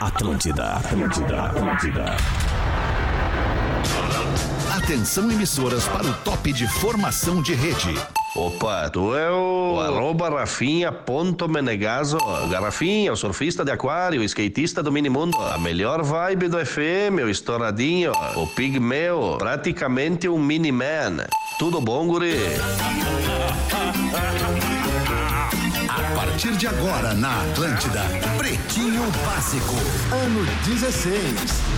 Atlântida, Atlântida, Atlântida. Atenção emissoras para o top de formação de rede. Opa, tu é o, arroba Rafinha ponto Menegazo. Garrafinha, o surfista de aquário, o skatista do minimundo. A melhor vibe do FM, o estouradinho, o pigmeu, praticamente um miniman. Tudo bom, guri? A partir de agora na Atlântida, Pretinho Básico, ano 16.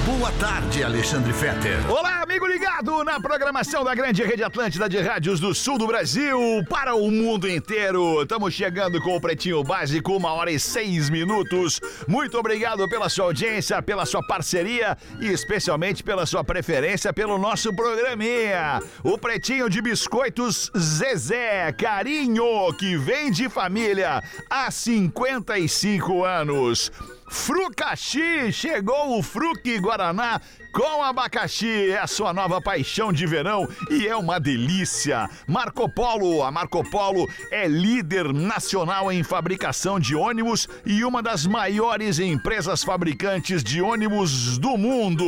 Boa tarde, Alexandre Fetter. Olá, amigo ligado na programação da grande rede Atlântida de rádios do sul do Brasil para o mundo inteiro. Estamos chegando com o Pretinho Básico, uma hora e seis minutos. Muito obrigado pela sua audiência, pela sua parceria e especialmente pela sua preferência pelo nosso programinha. O Pretinho de Biscoitos Zezé, carinho que vem de família há 55 anos. Frucaxi! Chegou o Fruque Guaraná com abacaxi. É a sua nova paixão de verão e é uma delícia. Marco Polo. A Marco Polo é líder nacional em fabricação de ônibus e uma das maiores empresas fabricantes de ônibus do mundo.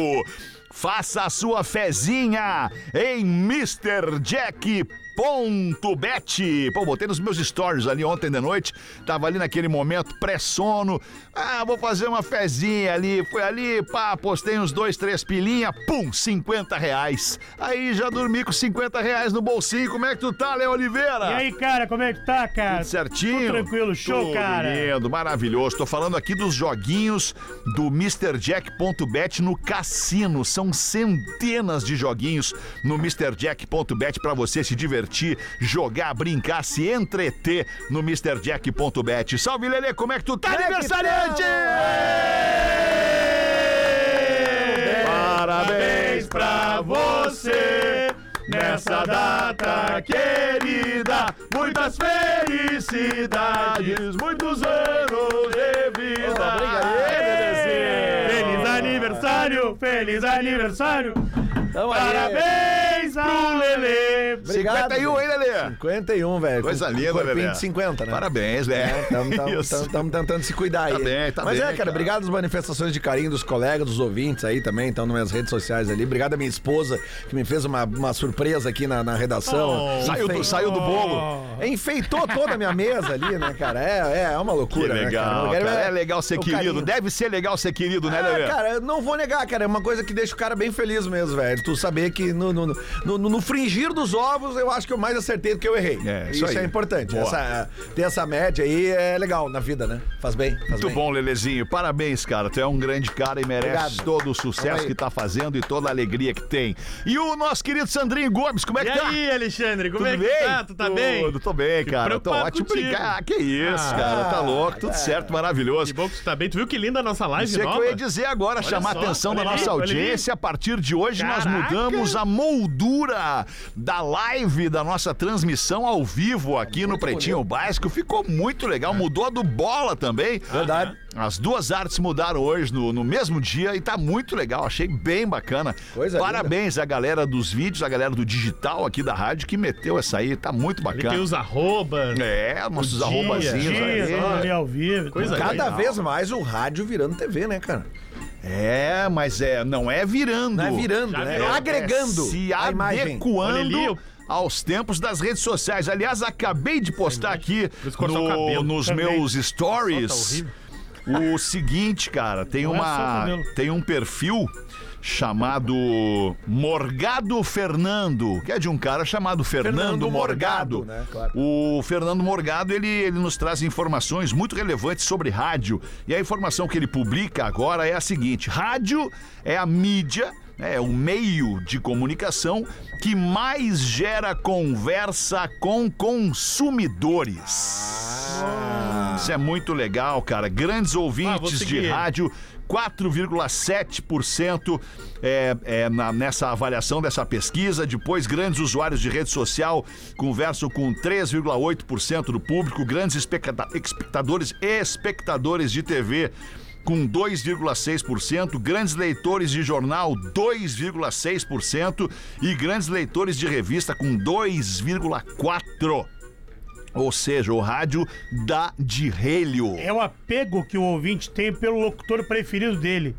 Faça a sua fezinha em Mr. Jack Ponto Bet. Pô, botei nos meus stories ali ontem de noite. Tava ali naquele momento pré-sono. Ah, vou fazer uma fezinha ali. Fui ali, pá, postei uns dois, três pilinha. Pum, 50 reais. Aí já dormi com 50 reais no bolsinho. Como é que tu tá, Léo Oliveira? E aí, cara, como é que tá, cara? Tudo certinho? Tudo tranquilo, show, Tudo cara. lindo, maravilhoso. Tô falando aqui dos joguinhos do MrJack.bet no cassino. São centenas de joguinhos no MrJack.bet pra você se divertir, jogar, brincar, se entreter no MrJack.bet. Salve, Lelê, como é que tá? tu tá, aniversariante? Parabéns pra você nessa data querida. Muitas felicidades, muitos anos de vida. Feliz aniversário, feliz aniversário. Tamo aí. Parabéns Então é pro Lelê. Obrigado, 51, hein, velho. Lelê? 51, velho. Coisa Com- linda, com corpinho Lelê. de 50, né? Parabéns, né? Isso. Estamos tentando se cuidar aí. Tá bem, tá Mas bem, é, cara, cara. obrigado às manifestações de carinho dos colegas, dos ouvintes aí também, estão nas minhas redes sociais ali. Obrigado à minha esposa, que me fez uma, uma surpresa aqui na, na redação. Saiu do- Enfei- saiu do bolo. Enfeitou toda a minha mesa ali, né, cara? É, é, é uma Que loucura, legal, né, cara. cara? É legal ser o querido. carinho. Deve ser legal ser querido, né, Lelê? Ah, cara, eu não vou negar, cara. É uma coisa que deixa o cara bem feliz mesmo, velho. Tu saber que no, no, no- no- no fringir dos ovos, eu acho que eu mais acertei do que eu errei. É, isso isso aí. é importante. Boa. Essa- ter essa média aí é legal na vida, né? Faz bem. Faz Muito bem. bom, Lelezinho. Parabéns, cara. Tu é um grande cara e merece Obrigado. todo o sucesso aí. que tá fazendo e toda a alegria que tem. E o nosso querido Sandrinho Gomes, como é E que tá? aí, Alexandre, como Tudo é que bem? tá? Tu tá bem? Tudo, tô bem, cara. Tô preocupado ótimo. contigo. Obrigado. Que isso, cara. Tá louco, tudo certo, maravilhoso. Que bom que tu tá bem. Tu viu que linda a nossa live Isso é que nova? eu ia dizer agora, chamar só, a atenção da olha ali, nossa olha ali. audiência. A partir de hoje, nós Caraca! mudamos a moldura da live, da nossa transmissão ao vivo aqui no Pretinho Básico. Ficou muito É. legal. Mudou a do bola também. Verdade. As duas artes mudaram hoje no, no mesmo dia e tá muito legal, achei bem bacana. Coisa linda. Parabéns à galera dos vídeos, à galera do digital aqui da rádio que meteu essa aí, tá muito Ali tem bacana. os arrobas. É, nossos dia, arrobazinhos dias, aí. olha ali ao vivo. Cada Coisa é legal. vez mais o rádio virando TV, né, cara? É, mas é, não é virando. Não é virando, Já né? virou. É agregando É se a imagem. adequando Olha ali, eu- aos tempos das redes sociais. Aliás, acabei de postar aqui Preciso cortar no- o cabelo nos também. meus Nossa, tá stories horrível. o seguinte, cara, tem Não é só o uma cabelo. tem um perfil chamado Morgado Fernando, que é de um cara chamado Fernando, Fernando Morgado. Morgado, né, claro. O Fernando Morgado, ele, ele nos traz informações muito relevantes sobre rádio. E a informação que ele publica agora é a seguinte: rádio é a mídia, né, é o meio de comunicação que mais gera conversa com consumidores. Isso é muito legal, cara. Grandes Ah, vou ouvintes seguir de ele. rádio, 4,7% é, é na- nessa avaliação dessa pesquisa. Depois, grandes usuários de rede social conversam com 3,8% do público, grandes especta- espectadores e espectadores de TV. Com 2,6%, grandes leitores de jornal, 2,6%, e grandes leitores de revista, com 2,4%. Ou seja, o rádio dá de relho. É o apego que o ouvinte tem pelo locutor preferido dele.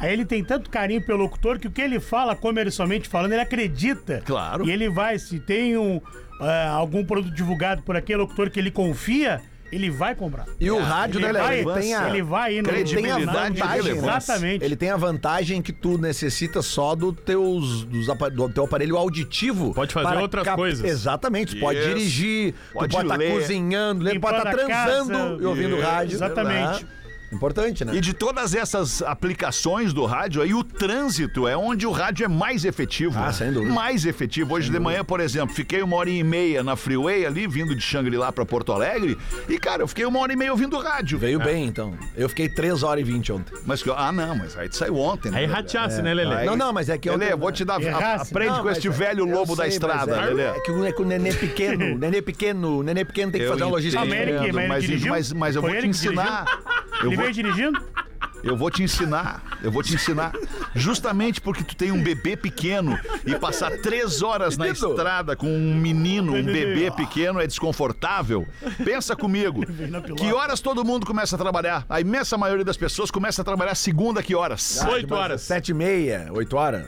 Aí ele tem tanto carinho pelo locutor que o que ele fala, comercialmente falando, ele acredita. Claro. E ele vai, se tem um, ah, algum produto divulgado por aquele locutor que ele confia, ele vai comprar. E o É, rádio, Ele, né, vai, Léo? Tem a- ele vai ir no Ele tem no- a Credibilidade e vantagem, né? relevância. Exatamente. Ele tem a vantagem que tu necessita só do, teus, dos apa- do teu aparelho auditivo. Pode fazer para outras cap- coisas. Exatamente. Tu pode Isso. dirigir, Pode tu pode estar ler. cozinhando, tu pode Limpando estar a transando casa. e ouvindo Isso. rádio. Exatamente. né? Importante, né? E de todas essas aplicações do rádio, aí o trânsito é onde o rádio é mais efetivo. Ah, sem dúvida. Mais efetivo. Hoje de manhã, por exemplo, fiquei uma hora e meia na freeway ali, vindo de Xangri-Lá pra Porto Alegre. E, cara, eu fiquei uma hora e meia ouvindo rádio. Veio bem, então. Eu fiquei 3 horas e 20 ontem. Mas, ah, não, mas aí tu saiu ontem. Aí rateasse, né, Lelê? Não, não, mas é que Lelê, ontem- eu vou te dar. a- Errasse. Aprende Não, com mas este é- velho eu lobo da sei, estrada, mas é, Lelê. É que o- é que o nenê pequeno, o nenê é pequeno, o nenê pequeno tem que Eu fazer uma logística. Ah, mas ele que- entendo, mas ele mas, dirigiu? mas, mas eu Foi vou te ele que dirigiu? ensinar. Eu Ele vou, veio dirigindo? eu vou te ensinar. Eu vou te ensinar. Justamente porque tu tem um bebê pequeno e passar três horas na Menino. estrada com um menino, um bebê pequeno é desconfortável. Pensa comigo. na pilota. Que horas todo mundo começa a trabalhar? A imensa maioria das pessoas começa a trabalhar segunda que horas? Oito horas. Sete e meia, oito horas.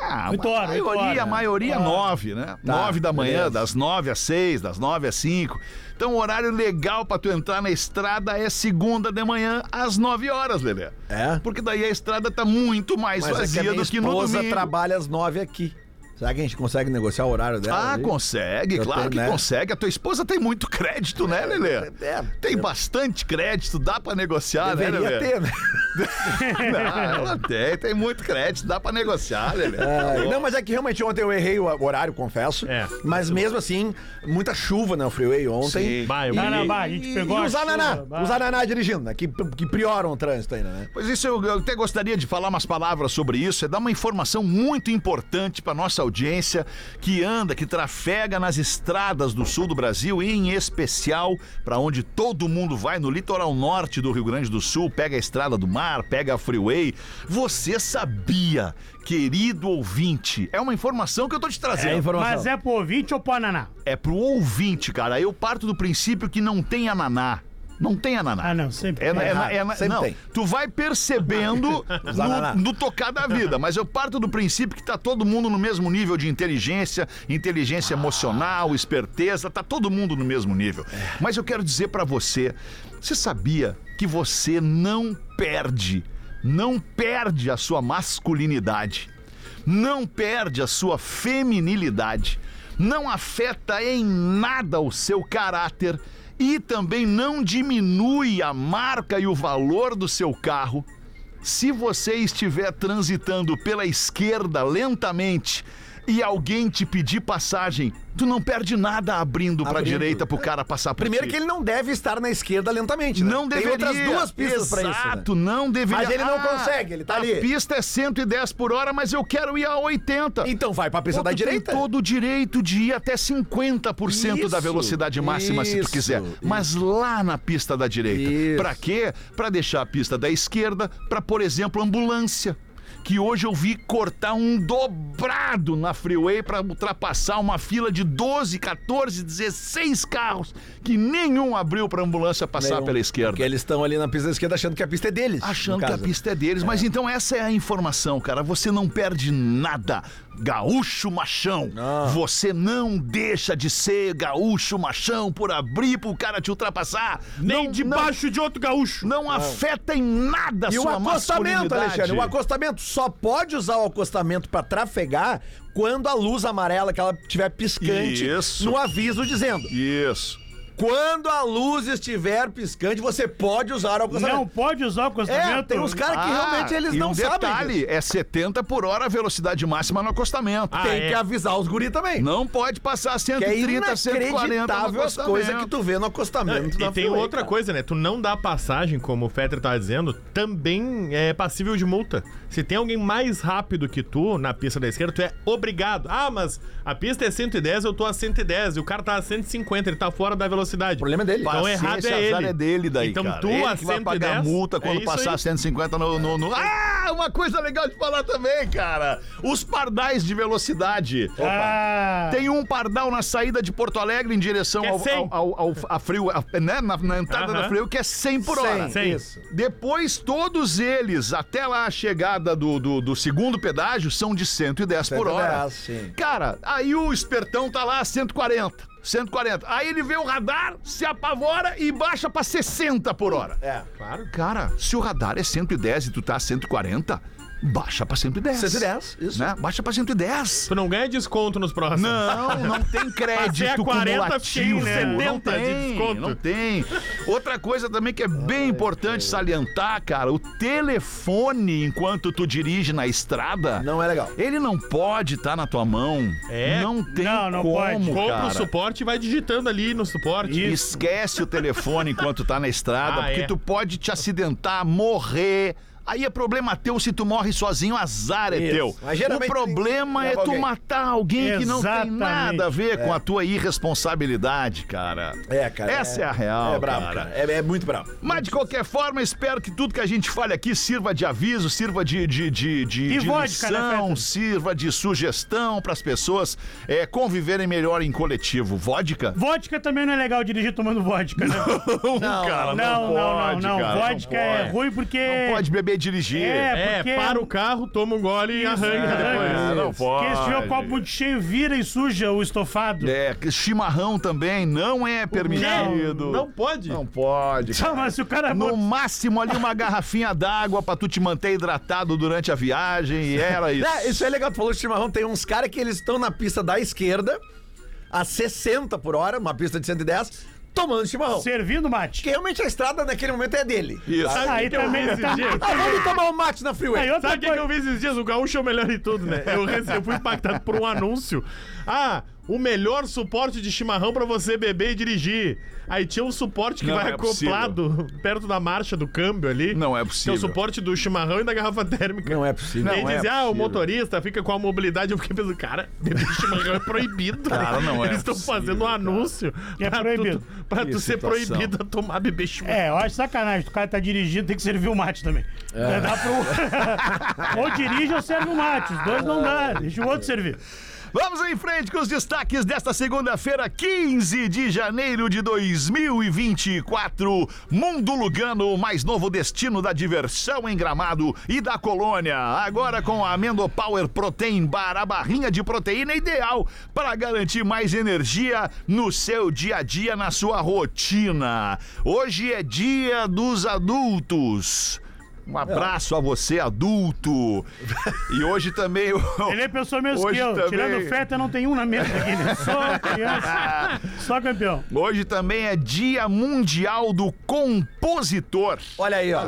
Ah, Oito mas horas, A oito maioria, horas. a maioria nove, né? nove da manhã, Tá, beleza. das nove às seis, das nove às cinco. Então, o horário legal pra tu entrar na estrada é segunda de manhã às nove horas, Lelê. É? Porque daí a estrada tá muito mais Mas é que vazia a minha do que no esposa domingo. trabalha às nove aqui. Será que a gente consegue negociar o horário dela? Ah, ali? consegue, Eu claro tô, que né? consegue. A tua esposa tem muito crédito, né, Lelê? é, tem bastante crédito, dá pra negociar, né, Deveria Lelê? ter, né? Não, ela tem, tem muito crédito, dá pra negociar, Lelê. É, não, mas é que realmente ontem eu errei o horário, confesso. É. Mas mesmo assim, muita chuva no freeway ontem. Sim. Vai, eu Vai na peguei. barra, a gente pegou e a os chuva, ananá, vai. os ananá dirigindo, né? Que, que prioram o trânsito ainda, né? Pois isso, eu, eu até gostaria de falar umas palavras sobre isso, é dar uma informação muito importante para nossa audiência que anda, que trafega nas estradas do sul do Brasil, e em especial para onde todo mundo vai, no litoral norte do Rio Grande do Sul, pega a estrada do mar, pega a freeway. Você sabia, querido ouvinte, é uma informação que eu tô te trazendo. informação. Mas é pro ouvinte ou pro ananá? É pro ouvinte, cara. Eu parto do princípio que não tem ananá. Não tem ananá. Ah, não, sempre. É, na- é na- errado. é na- Sempre não, tem. tu vai percebendo ananá. no, no tocar da vida, mas eu parto do princípio que tá todo mundo no mesmo nível de inteligência, Ah. inteligência emocional, esperteza, tá todo mundo no mesmo nível. É. Mas eu quero dizer pra você, você sabia que você não perde, não perde a sua masculinidade não perde a sua feminilidade, não afeta em nada o seu caráter e também não diminui a marca e o valor do seu carro. Se você estiver transitando pela esquerda lentamente e alguém te pedir passagem, tu não perde nada abrindo para a Abrindo. direita pro cara passar por Primeiro ti. que ele não deve estar na esquerda lentamente, né? Não Tem deveria. outras duas pistas pra isso. né? Exato, não deveria. Ah, Mas ele não consegue, ele tá a ali. A pista é 110 por hora, mas eu quero ir a 80. Então vai pra pista Pô, da tu tem direita. todo o direito de ir até 50% da Isso, velocidade máxima se tu isso, quiser. Mas lá na pista da direita. Isso. Pra quê? Pra deixar a pista da esquerda pra, por exemplo, ambulância. Que hoje eu vi cortar um dobrado na freeway pra ultrapassar uma fila de 12, 14, 16 carros que nenhum abriu pra ambulância passar Nenhum. pela esquerda Porque eles estão ali na pista da esquerda achando que a pista é deles. no achando que a caso. pista é deles. Mas então essa é a informação, cara. Você não perde nada. Gaúcho machão. Não. Você não deixa de ser gaúcho machão por abrir pro cara te ultrapassar. Nem não, debaixo de outro gaúcho. Não, não afeta em nada a E o sua acostamento, masculinidade. Alexandre, o acostamento só pode usar o acostamento pra trafegar quando a luz amarela que ela tiver piscante Isso. no aviso dizendo: Isso. "Quando a luz estiver piscante, você pode usar o acostamento". Não pode usar o é, acostamento. tem uns caras Ah, que realmente eles e não um sabem. disso. detalhe, é 70 por hora a velocidade máxima no acostamento. Ah, tem é. que avisar os guri também. Não pode passar que é 130, 140 no inacreditável as coisas que acostamento. tu vê no acostamento da E tem freeway, outra cara. coisa, né? Tu não dá passagem, como o Fetter tava dizendo, também é passível de multa. Se tem alguém mais rápido que tu na pista da esquerda, tu é obrigado. Ah, mas a pista é 110, eu tô a 110 e o cara tá a 150, ele tá fora da velocidade. O problema é dele. Então errado Paciência, é azar ele. é dele daí, então cara. tu Ele a que vai 110, pagar multa quando é isso passar aí. 150 no, no- no- Ah, uma coisa legal de falar também, cara. Os pardais de velocidade. Ah, Tem um pardal na saída de Porto Alegre em direção Que é ao, 100. ao- ao- ao- a frio, a- né? na, na entrada Aham. da frio, que é 100 por hora. Sem. Depois, todos eles, até lá a chegada do, do, do segundo pedágio, são de 110 por hora. 110, sim. Cara, aí o espertão tá lá 140. 140. Aí ele vê o radar, se apavora e baixa pra 60 por hora. É. Claro. Cara, se o radar é 110 e tu tá 140, baixa pra 110. 110, isso. Né? Baixa pra 110. Tu não ganha desconto nos próximos. Não, não tem Passei a crédito 40, fiquei cumulativo. em não 70 de tem, desconto. não tem. Outra coisa também que é bem importante salientar, cara, o telefone enquanto tu dirige na estrada, Não é legal. ele não pode estar na tua mão. É. Não tem Não, não como, pode. Compra o cara. suporte e vai digitando ali no suporte. Isso. Esquece o telefone enquanto tá na estrada, Ah, porque é. tu pode te acidentar, morrer. Aí é problema teu, se tu morre sozinho, azar é Isso. teu. Mas o geralmente problema tem- é tu alguém. matar alguém que não tem Exatamente. nada a ver com a tua irresponsabilidade, cara. É, cara. Essa é a real, É brabo, cara. cara. É, é muito brabo. Mas de qualquer forma, espero que tudo que a gente fale aqui sirva de aviso, sirva de, de, de, de, E de vodka, né, lição, Fetter? sirva de sugestão para as pessoas é, conviverem melhor em coletivo. Vodka? vodka também não é legal dirigir tomando vodka, né? Não, cara, Não, não, não, pode, não. cara, Vodka é pode. ruim porque. Não pode beber e dirigir. É, É, porque- para o carro, toma um gole e arranca arranca. depois. É, não pode. Porque se tiver o copo muito cheio, vira e suja o estofado. É, que chimarrão também não é permitido. Não pode. Não pode. Não, Ah, mas é se o cara No bota- máximo ali uma garrafinha d'água pra tu te manter hidratado durante a viagem e era isso. Não, isso é legal, tu falou de chimarrão. Tem uns caras que eles estão na pista da esquerda, a 60 por hora, uma pista de 110, tomando chimarrão. servindo mate. Porque realmente a estrada naquele momento é dele. Isso. Aí que eu também vi esses tá- dias? Ah, vamos tomar um mate na freeway. Aí outra Sabe o que, que coisa- eu vi esses dias? O gaúcho é o melhor em tudo, né? Eu, rece- eu fui impactado por um anúncio. Ah, o melhor suporte de chimarrão pra você beber e dirigir. Aí tinha um suporte que Não, vai é acoplado perto da marcha do câmbio ali. Não é Tem possível. o suporte do chimarrão e da garrafa térmica. Não é possível. e aí Não é dizia, ah, o possível. motorista fica com a mobilidade. Eu fiquei pensando, cara, beber chimarrão é proibido. Cara, não é Eles estão possível, fazendo um anúncio É pra, proibido. Tu, pra tu Que ser situação. proibido a tomar beber chimarrão. É, eu acho sacanagem. O cara tá dirigindo, tem que servir o mate também. É. Dá pro... ou dirige ou serve o mate. Os dois não dá. Deixa o outro servir. Vamos em frente com os destaques desta segunda-feira, 15 de janeiro de 2024. Mundo Lugano, o mais novo destino da diversão em Gramado e da colônia. Agora com a Amendo Power Protein Bar, a barrinha de proteína ideal para garantir mais energia no seu dia a dia, na sua rotina. Hoje é dia dos adultos. Um abraço a você, adulto. E hoje também. o- Ele é pessoa menos Hoje que eu. também- Tirando o Feta, não tem um na mesa aqui. Né? Só criança. Só campeão. Hoje também é Dia Mundial do Compositor. Olha aí, ó.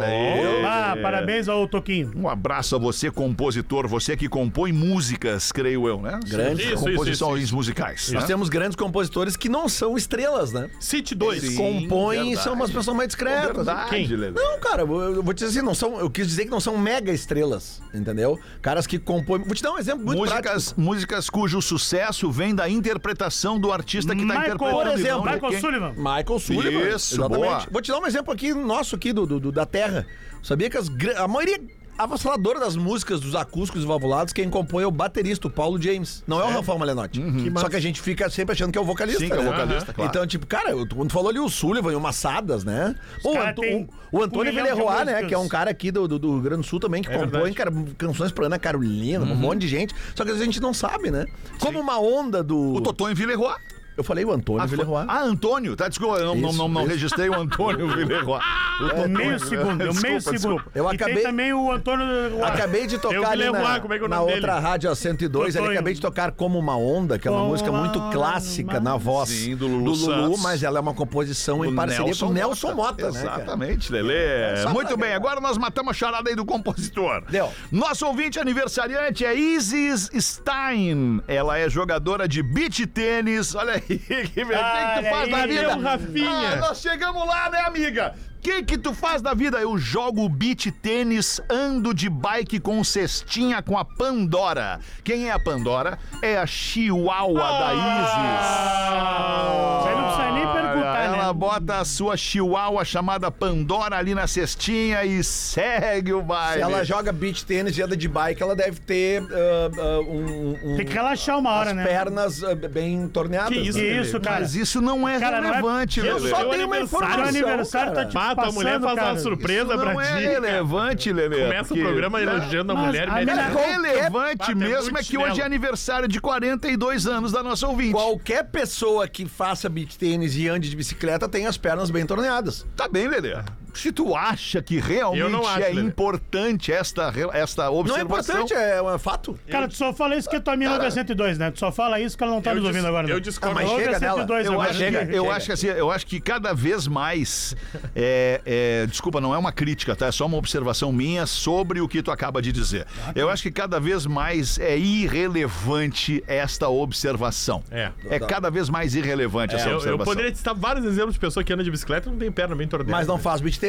Ah, parabéns ao Toquinho. Um abraço a você, compositor, você que compõe músicas, creio eu, né? Grande. Isso, isso, Composições musicais. Nós né? temos grandes compositores que não são estrelas, né? Cite dois. Eles compõem e são umas pessoas mais discretas. Quem? Não, cara, eu eu vou te dizer assim, não são, eu quis dizer que não são mega estrelas, entendeu? Caras que compõem. Vou te dar um exemplo muito prático. músicas, músicas cujo sucesso vem da interpretação do artista que está Michael, interpretando. por e não exemplo, de Michael quem- Sullivan. Michael Sullivan. Isso, exatamente. boa. Vou te dar um exemplo aqui nosso aqui do, do- do- da Terra. Sabia que as gra- a maioria avassaladora das músicas dos acústicos e valvulados, quem compõe é o baterista, o Paulo James. Não é, o Rafael Malenotti. Só que a gente fica sempre achando que é o vocalista. Uhum. Sim, que é o né? vocalista, claro. Então, tipo, cara, eu- quando falou ali o Sullivan e o Massadas, né? Pô, o, cara Anto- tem o, o um Antônio milhão Villerroa, de né? músicas. Que é um cara aqui do, do, do Rio Grande do Sul também, É que compõe cara, canções pra Ana Carolina, Uhum. um monte de gente. Só que às vezes a gente não sabe, né? Como uma onda do. O Totonho Villerroa. Eu falei o Antônio Ah, Villerroa. ah, Antônio. Tá, desculpa, eu não, Isso, não, não isso. registrei o Antônio Villerroa. O Totonho É, Meio Villerroa. segundo, deu meio Desculpa, segundo. desculpa. Eu e acabei- tem também o Antônio. Acabei de Eu tocar me ali lembro, na, ah, como é que é o na nome outra dele? rádio, a 102. Ali, Totonho. acabei de tocar Como Uma Onda, que é uma Como música muito uma clássica onda. na voz Sim, do Lulu Santos. mas ela é uma composição em Do parceria com Nelson Mota, né, cara? É, Exatamente, Lelê. só Muito pra bem, agradar. agora nós matamos a charada aí do compositor. Deu. Nosso ouvinte aniversariante é Isis Stein. Ela é jogadora de beach tênis. Olha aí, que o que que tu Olha faz aí, da vida? meu Rafinha. Ah, nós chegamos lá, né, amiga? O que, que tu faz da vida? Eu jogo beach tênis, ando de bike com cestinha com a Pandora. Quem é a Pandora? É a Chihuahua da Isis. Você Ah, não precisa nem perguntar, Ah, né? Ela né? é ela bota a sua chihuahua chamada Pandora ali na cestinha e segue o Se baile. ela joga beach tênis e anda de bike, ela deve ter ah, ah, um, um- Tem que relaxar uma hora, as né? pernas ah, bem torneadas. Que isso, né? Isso, cara. Mas isso não é Cara, não é- relevante, Eu Lelê. só Isso tenho uma Seu informação, aniversário tá cara. te Pá, tua passando, mulher faz cara. uma surpresa não pra é ti. relevante, Lelê. Começa É, porque- o programa elogiando a Mas mulher. a mete- mina- Relevante Bata, é mesmo muito é que hoje é chinelo. aniversário de 42 anos da nossa ouvinte. Qualquer pessoa que faça beach tênis e ande de bicicleta tem as pernas bem torneadas. Tá bem, Lelê. Se tu acha que realmente acho, é Lelê. importante esta, re- esta Não é observação... importante, é um fato. Cara, tu só fala isso que tua mina ouve a 102, né? Tu só fala isso que ela não tá Eu nos dis- ouvindo agora. eu né? discordo. Ah, mas Ela ouve chega a dela. 102 Eu agora. É acho, que, assim, eu acho que assim, eu acho que cada vez mais é, é, desculpa, não é uma crítica, tá? É só uma observação minha sobre o que tu acaba de dizer. Eu acho que cada vez mais é irrelevante esta observação. É. É cada vez mais irrelevante essa Eu, eu observação. poderia citar vários exemplos de pessoa que anda de bicicleta e não tem perna bem torneada. Mas não faz beach tênis.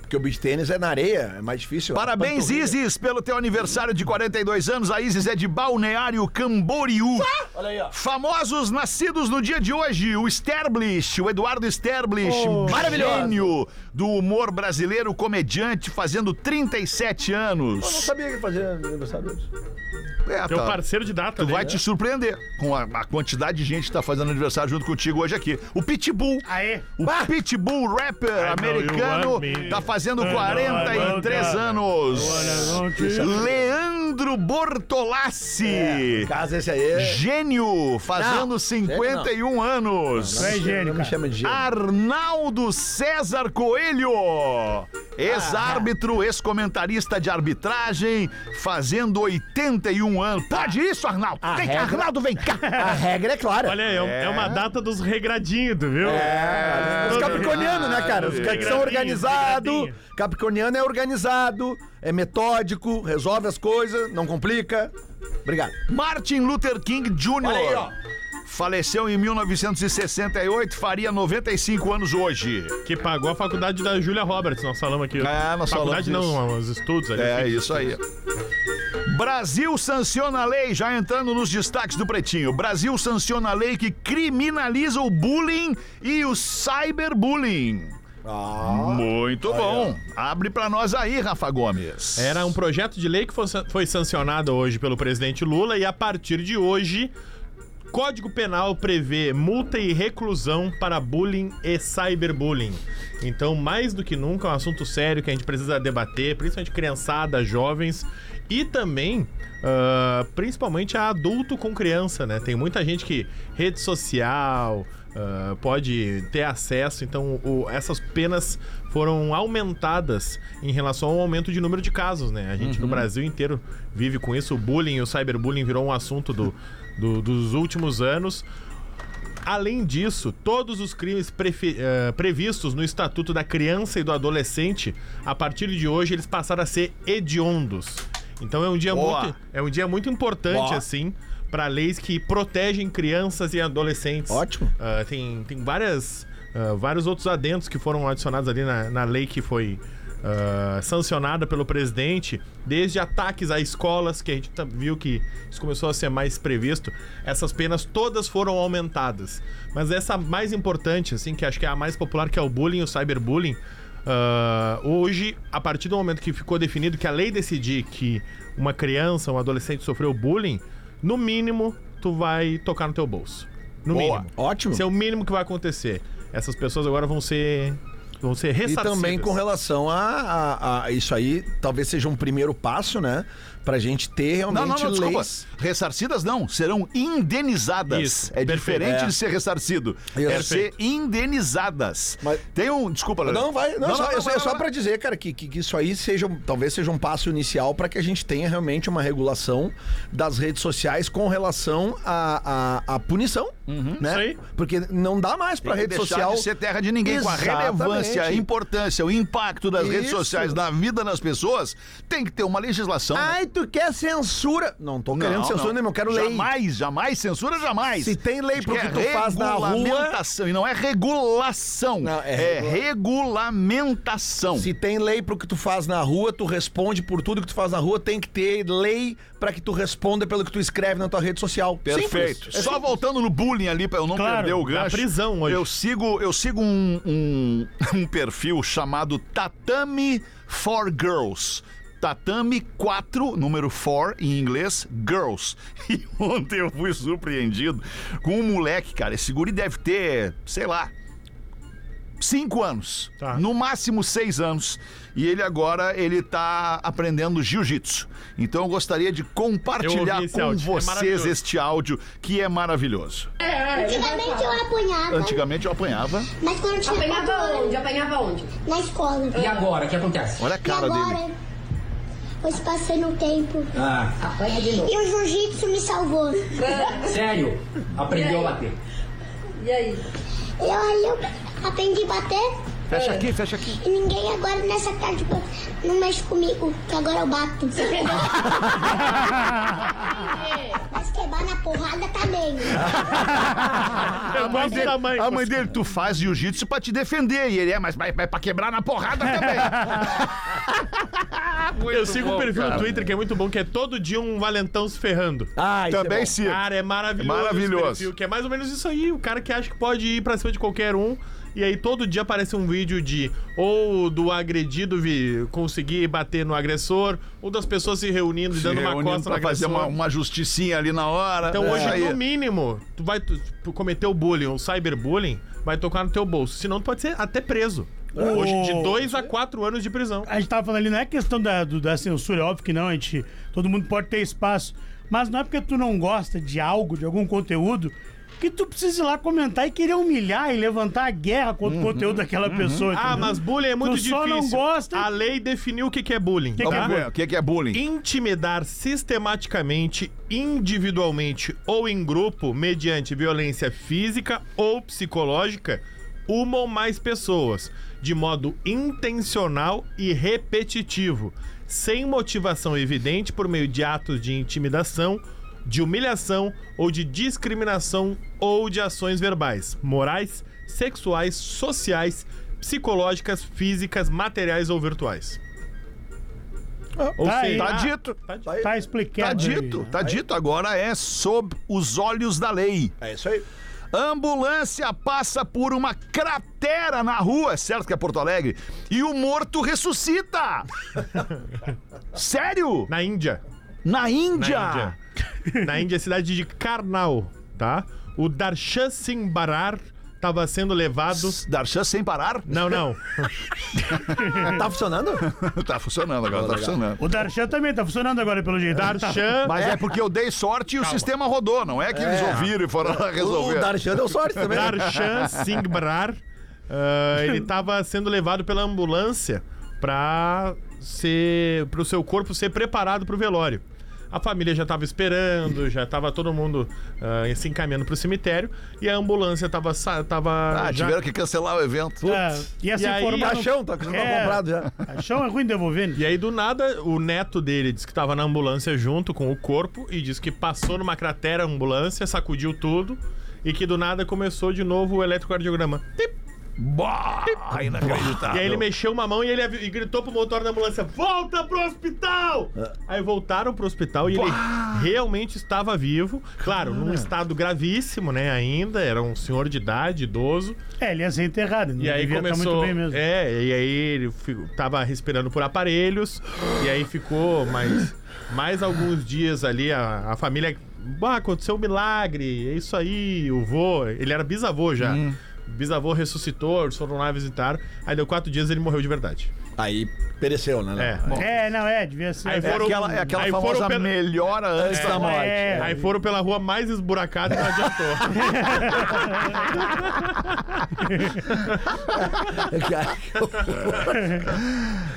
Porque o beach tênis é na areia, é mais difícil. Parabéns, Panturrilha. Isis, pelo teu aniversário de 42 anos. A Isis é de Balneário Camboriú. Olha aí, ó. Famosos nascidos no dia de hoje, o Sterblitch, o Eduardo Sterblitch, Oh, maravilhoso. gênio do humor brasileiro, comediante, fazendo 37 Eu não anos. sabia que fazia aniversário hoje. um É, Teu tá. parceiro de data, Tu né? vai te surpreender com a, a quantidade de gente que tá fazendo aniversário junto contigo hoje aqui. O Pitbull. Aê. O Ah! Pitbull, rapper I know you americano, want me. tá fazendo I know I want 43 that. anos. Leandro Bortolassi. Casa esse aí. é- Gênio, fazendo Não, 51 anos. Não é gênio, Não me cara. chama de gênio. Arnaldo César Coelho, Ah. ex-árbitro, ex-comentarista de arbitragem, fazendo 81 anos. Pode isso, Arnaldo? Tá. A Ah, Vem cá, regra- Arnaldo, vem cá. A regra é clara. Olha, aí, é, um- é uma data dos regradinhos, tu viu? É, os capricornianos, né, cara? Os caras que são Regradinho, organizados. regradinho. Capricorniano é organizado, é metódico, resolve as coisas, não complica. Obrigado. Martin Luther King Olha aí, ó. Jr. Faleceu em 1968, faria 95 anos hoje. Que pagou a faculdade da Julia Roberts, nós falamos aqui. É, nós faculdade falamos não, os estudos ali. É isso aí. Brasil sanciona a lei, já entrando nos destaques do Pretinho. Brasil sanciona a lei que criminaliza o bullying e o cyberbullying. Ah, Muito bom. Abre pra nós aí, Rafa Gomes. Era um projeto de lei que foi, foi sancionado hoje pelo presidente Lula e a partir de hoje, Código Penal prevê multa e reclusão para bullying e cyberbullying. Então, mais do que nunca, é um assunto sério que a gente precisa debater, principalmente criançada, jovens e também, ah, principalmente, a adulto com criança, né? Tem muita gente que rede social ah, pode ter acesso, então o- essas penas foram aumentadas em relação ao aumento de número de casos, né? A gente no Brasil inteiro vive com isso, o bullying, o cyberbullying virou um assunto do, do- dos últimos anos. Além disso, todos os crimes prefi- eh, previstos no Estatuto da Criança e do Adolescente, a partir de hoje, eles passaram a ser hediondos. Então é um dia, Boa. muito, é um dia muito importante, Boa. assim, para leis que protegem crianças e adolescentes. Ótimo. Ah, tem tem várias, ah, vários outros adendos que foram adicionados ali na, na lei que foi ah, sancionada pelo presidente, desde ataques a escolas, que a gente tá- viu que isso começou a ser mais previsto. Essas penas todas foram aumentadas. Mas essa mais importante, assim, que acho que é a mais popular, que é o bullying, o cyberbullying. ah, hoje, a partir do momento que ficou definido que a lei decidir que uma criança, um adolescente sofreu bullying, no mínimo, tu vai tocar no teu bolso. No Boa. mínimo. Ótimo. Isso é o mínimo que vai acontecer. Essas pessoas agora vão ser. vão ser E ressarcidas. também com relação a, a- a isso aí, talvez seja um primeiro passo, né? Pra gente ter Não, realmente não, não, desculpa. leis. Ressarcidas não, serão indenizadas. Isso, é perfeito. diferente É. de ser ressarcido. É ser Perfeito. indenizadas. Mas- Tem um. Desculpa, Lelê. Não, vai. Não, só, é só, vai, é só vai, pra dizer, cara, que, que, que isso aí seja, um- talvez seja um passo inicial pra que a gente tenha realmente uma regulação das redes sociais com relação à a, a, punição. né? Isso aí. Porque não dá mais pra Uhum, Tem que rede deixar social. de ser terra de ninguém. Com a Exatamente. relevância, a importância, o impacto das redes Isso. sociais na vida das pessoas, tem que ter uma legislação. né? Ai, tu quer censura? Não tô querendo Não, censura não. nenhuma, eu quero lei. Jamais, jamais, censura jamais. Se tem lei Acho pro que que é tu faz na rua- regulamentação, E não é regulação, Não, é, é regulamentação. Se tem lei pro que tu faz na rua, tu responde por tudo que tu faz na rua, tem que ter lei pra que tu responda pelo que tu escreve na tua rede social. Perfeito. Simples. É Só voltando no bullying ali pra eu não Claro, perder o na gancho. prisão hoje. Eu sigo, eu sigo um, um, um perfil chamado Tatame for Girls. Tatame 4, número 4 em inglês, Girls. E ontem eu fui surpreendido com um moleque, cara. Esse guri deve ter, sei lá, cinco anos. Tá. No máximo seis anos. E ele agora, ele tá aprendendo jiu-jitsu. Então eu gostaria de compartilhar ouvi esse com áudio, é vocês maravilhoso. este áudio, que é maravilhoso. Antigamente eu apanhava, Antigamente eu apanhava. mas quando tinha quatro Apanhava anos, onde? Apanhava onde? na escola. E agora, o que acontece? Olha a E cara agora, dele. hoje passei no tempo. Ah. Apanha de novo. E o jiu-jitsu me salvou. E Sério, aprendeu a bater. E aí? aí eu aprendi a bater Fecha É. aqui, fecha aqui. e ninguém agora nessa casa de- não mexe comigo, que agora eu bato. mas quebrar na porrada tá também. Eu gosto do tamanho. A Ah, mãe dele, tu faz jiu-jitsu pra te defender. E ele é, mas vai vai pra quebrar na porrada também. Eu sigo um perfil no Twitter que é muito bom, que é todo dia um valentão se ferrando. Ah, isso é Também bom. sim. Cara, é maravilhoso. É maravilhoso. esse perfil, que é mais ou menos isso aí. O cara que acha que pode ir pra cima de qualquer um. E aí todo dia aparece um vídeo de ou do agredido vi- conseguir bater no agressor, ou das pessoas se reunindo e dando uma Reunindo costa no pra fazer agressor. uma, uma justicinha ali na hora. É. Então hoje, Aí, no mínimo, tu vai tu, tu cometer o bullying, o cyberbullying, vai tocar no teu bolso. Senão tu pode ser até preso. É. Hoje, de dois a quatro anos de prisão. A gente tava falando ali, não é questão da, do- da censura, é óbvio que não, a gente. Todo mundo pode ter espaço. Mas não é porque tu não gosta de algo, de algum conteúdo, que tu precisa ir lá comentar e querer humilhar e levantar a guerra contra o conteúdo daquela pessoa. Uhum. Ah, entendeu? mas bullying é muito Tu difícil. só não gosta- A lei definiu o que, que é bullying. Que que é Vamos ver, o que que é bullying? Intimidar sistematicamente, individualmente ou em grupo, mediante violência física ou psicológica, uma ou mais pessoas, de modo intencional e repetitivo, sem motivação evidente por meio de atos de intimidação, de humilhação ou de discriminação ou de ações verbais, morais, sexuais, sociais, psicológicas, físicas, materiais ou virtuais. Ou tá aí. seja, Tá dito. É Tá explicando. Tá aí. dito, né? tá dito. Agora é sob os olhos da lei. É isso aí. Ambulância passa por uma cratera na rua, certo que é Porto Alegre, e o morto ressuscita. Sério? na Índia. Na Índia. Na Índia. Na Índia, cidade de Karnal, tá? O Darshan Singh Barar estava sendo levado. Dar chance sem parar? Não, não. Tá funcionando? tá funcionando agora, tá funcionando. O Darshan também tá funcionando agora, pelo jeito. Darshan. Mas é, porque eu dei sorte e o sistema rodou, não é que eles ouviram e foram lá O resolver. Darshan deu sorte também. né? Darshan Singh Barar. ah, ele estava sendo levado pela ambulância para ser para o seu corpo ser preparado para o velório. A família já estava esperando, já estava todo mundo ah, se encaminhando para o cemitério e a ambulância estava tava Ah, já- tiveram que cancelar o evento. É, ia E ser aí- formado. Darshan, tá, tá É. comprado já. Achão é ruim devolver. né? E aí, do nada, o neto dele disse que tava na ambulância junto com o corpo e disse que passou numa cratera a ambulância, sacudiu tudo e que do nada começou de novo o eletrocardiograma. Tip. Bah, inacreditável. e aí ele mexeu uma mão e ele avi- e gritou pro motor da ambulância: Volta pro hospital! Ah. Aí voltaram pro hospital e ele realmente estava vivo. Claro, num estado gravíssimo, né? Ainda, era um senhor de idade, idoso. É, ele ia ser enterrado. né? E aí Devia tá começou. muito bem mesmo. É, e aí ele fi- tava respirando por aparelhos, e aí ficou mais, mais alguns dias ali. A, a família. Ah, aconteceu um milagre, é isso aí, o vô. Ele era bisavô já. Uhum. Bisavô ressuscitou, eles foram lá visitar. Aí deu quatro dias e ele morreu de verdade. Aí pereceu, né? É. É, não, é, devia ser. Aí É, foram- É aquela, é aquela aí foram famosa pela- então. melhora antes da morte. é, Aí foram pela rua mais esburacada e não adiantou.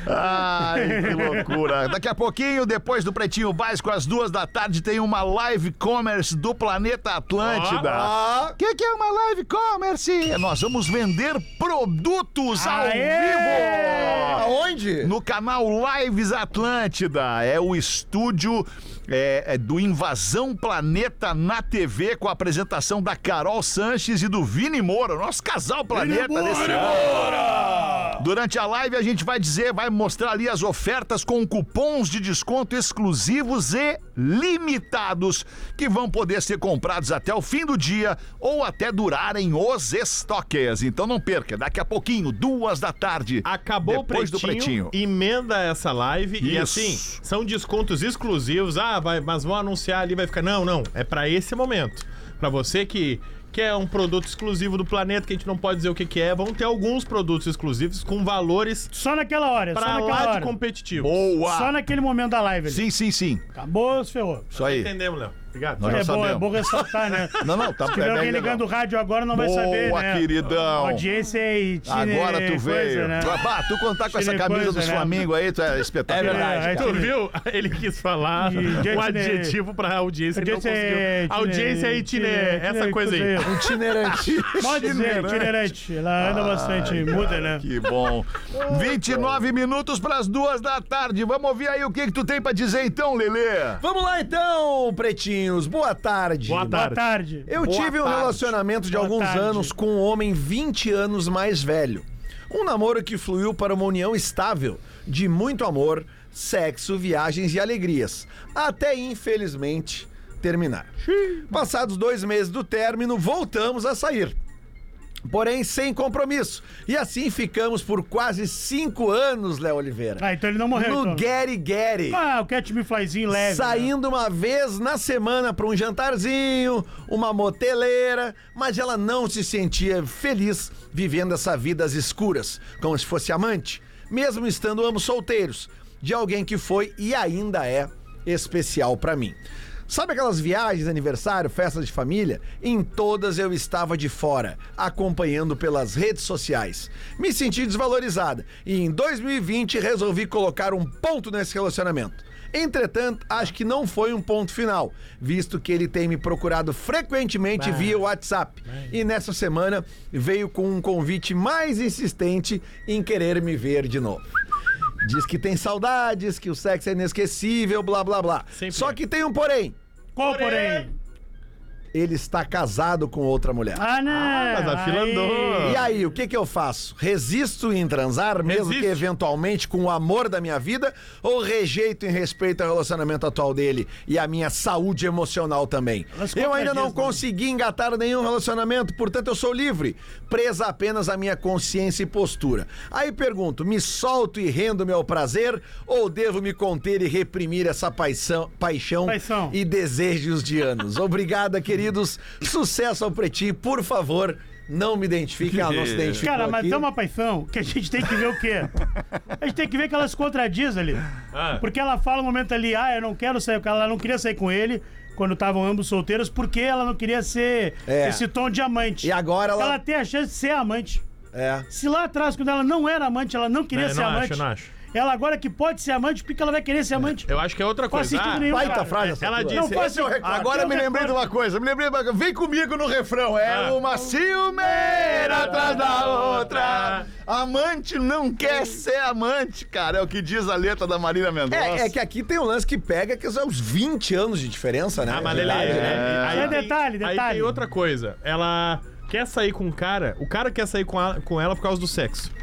Ai, que loucura. Daqui a pouquinho, depois do Pretinho Básico, às duas da tarde, tem uma live commerce do Planeta Atlântida. O que, que é uma live commerce? Nós vamos vender produtos ao vivo. Aonde? No canal Lives Atlântida. É o estúdio é, é do Invasão Planeta na TV, com a apresentação da Carol Sanches e do Vini Moura, nosso casal planeta desse ano. Durante a live a gente vai dizer, vai mostrar ali as ofertas com cupons de desconto exclusivos e limitados que vão poder ser comprados até o fim do dia ou até durarem os estoques. Então não perca, daqui a pouquinho, duas da tarde. Acabou depois o pretinho, do pretinho. emenda essa live e Isso. assim, são descontos exclusivos. Ah, vai, mas vão anunciar ali, vai ficar. Não, não, é pra esse momento. Pra você que quer um produto exclusivo do planeta, que a gente não pode dizer o que, que é, vão ter alguns produtos exclusivos com valores Só naquela hora, só pra naquela lá de hora. competitivos. Boa! Só naquele momento da live ali. Sim, sim, sim. Acabou, se ferrou. Isso aí. Entendemos, Léo. Obrigado. Nós já é, bom, sabemos. é bom ressaltar, né? Não, não, tá Se é tiver alguém ligando o rádio agora, não vai Boa, saber, né? queridão. Audiência e tine- Agora tu coisa, veio. né? Babá, tu contar com essa Tire camisa coisa, do né? Flamengo aí, tu é espetacular. É verdade, cara. Tu viu? Ele quis falar E um gente, adjetivo pra audiência, ele não Audiência é conseguiu. Audiência é itine, itine- essa coisa aí. coisa Itinerante. Pode dizer, itinerante. Ela Ah, anda bastante, muda, né? Que bom. 29 minutos para as duas da tarde. Vamos ouvir aí o que, que tu tem para dizer então, Lelê. Vamos lá então, pretinhos. Boa tarde. Boa Boa tarde. tarde. Eu Boa tive um tarde. relacionamento de Boa alguns tarde. anos com um homem 20 anos mais velho. Um namoro que fluiu para uma união estável, de muito amor, sexo, viagens e alegrias. Até, infelizmente, terminar. Passados dois meses do término, voltamos a sair. Porém, sem compromisso. E assim ficamos por quase cinco anos, Léo Oliveira. Ah, então ele não morreu, No então. Gary Gary. Ah, o Catch Me Flyzinho leve. né? Saindo uma vez na semana para um jantarzinho, uma moteleira, mas ela não se sentia feliz vivendo essa vida às escuras, como se fosse amante, mesmo estando ambos solteiros, de alguém que foi e ainda é especial para mim. Sabe aquelas viagens, aniversário, festas de família? Em todas eu estava de fora, acompanhando pelas redes sociais. Me senti desvalorizada e em 2020 resolvi colocar um ponto nesse relacionamento. Entretanto, acho que não foi um ponto final, visto que ele tem me procurado frequentemente via WhatsApp. E nessa semana veio com um convite mais insistente em querer me ver de novo. Diz que tem saudades, que o sexo é inesquecível, blá blá blá. Sempre Só é. que tem um porém. Qual, porém? Ele está casado com outra mulher. Ah, não. mas a fila Aí. andou. E aí, o que, que eu faço? Resisto em transar, mesmo Resiste. que eventualmente com o amor da minha vida, ou rejeito em respeito ao relacionamento atual dele e à minha saúde emocional também? Elas Eu ainda não contradizem. consegui engatar nenhum relacionamento, portanto eu sou livre, presa apenas à minha consciência e postura. Aí pergunto, me solto e rendo-me ao prazer, ou devo me conter e reprimir essa paixão, paixão, Paixão. e desejos de anos? Obrigada, queridos. Sucesso ao Pretinho, por favor. Não me identifiquem, a nossa identificação. Cara, mas é uma paixão que a gente tem que ver o quê? A gente tem que ver que ela se contradiz ali. Ah. Porque ela fala um momento ali, ah, eu não quero sair, com ela ela não queria sair com ele quando estavam ambos solteiros, porque ela não queria ser É. esse tom de amante. E agora ela- Ela tem a chance de ser amante. É. Se lá atrás, quando ela não era amante, ela não queria Não, eu ser não amante. acho, eu não acho. Ela agora que pode ser amante, porque ela vai querer ser amante. Eu acho que é outra Faz coisa. sentido Ah, nenhum. Baita cara. frase essa Ela tua. disse- faz sentido. Agora Eu me lembrei de recordo. uma coisa, me lembrei de uma... Vem comigo no refrão. É Ah. uma ciumeira atrás da outra. Amante não quer ser amante, cara. É o que diz a letra da Marília Mendonça. É, é que aqui tem um lance que pega que são uns 20 anos de diferença, né? Ah, mas De ele- idade, né? é, É detalhe, Aí detalhe. tem outra coisa. Ela quer sair com o cara, o cara quer sair com, a- com ela por causa do sexo.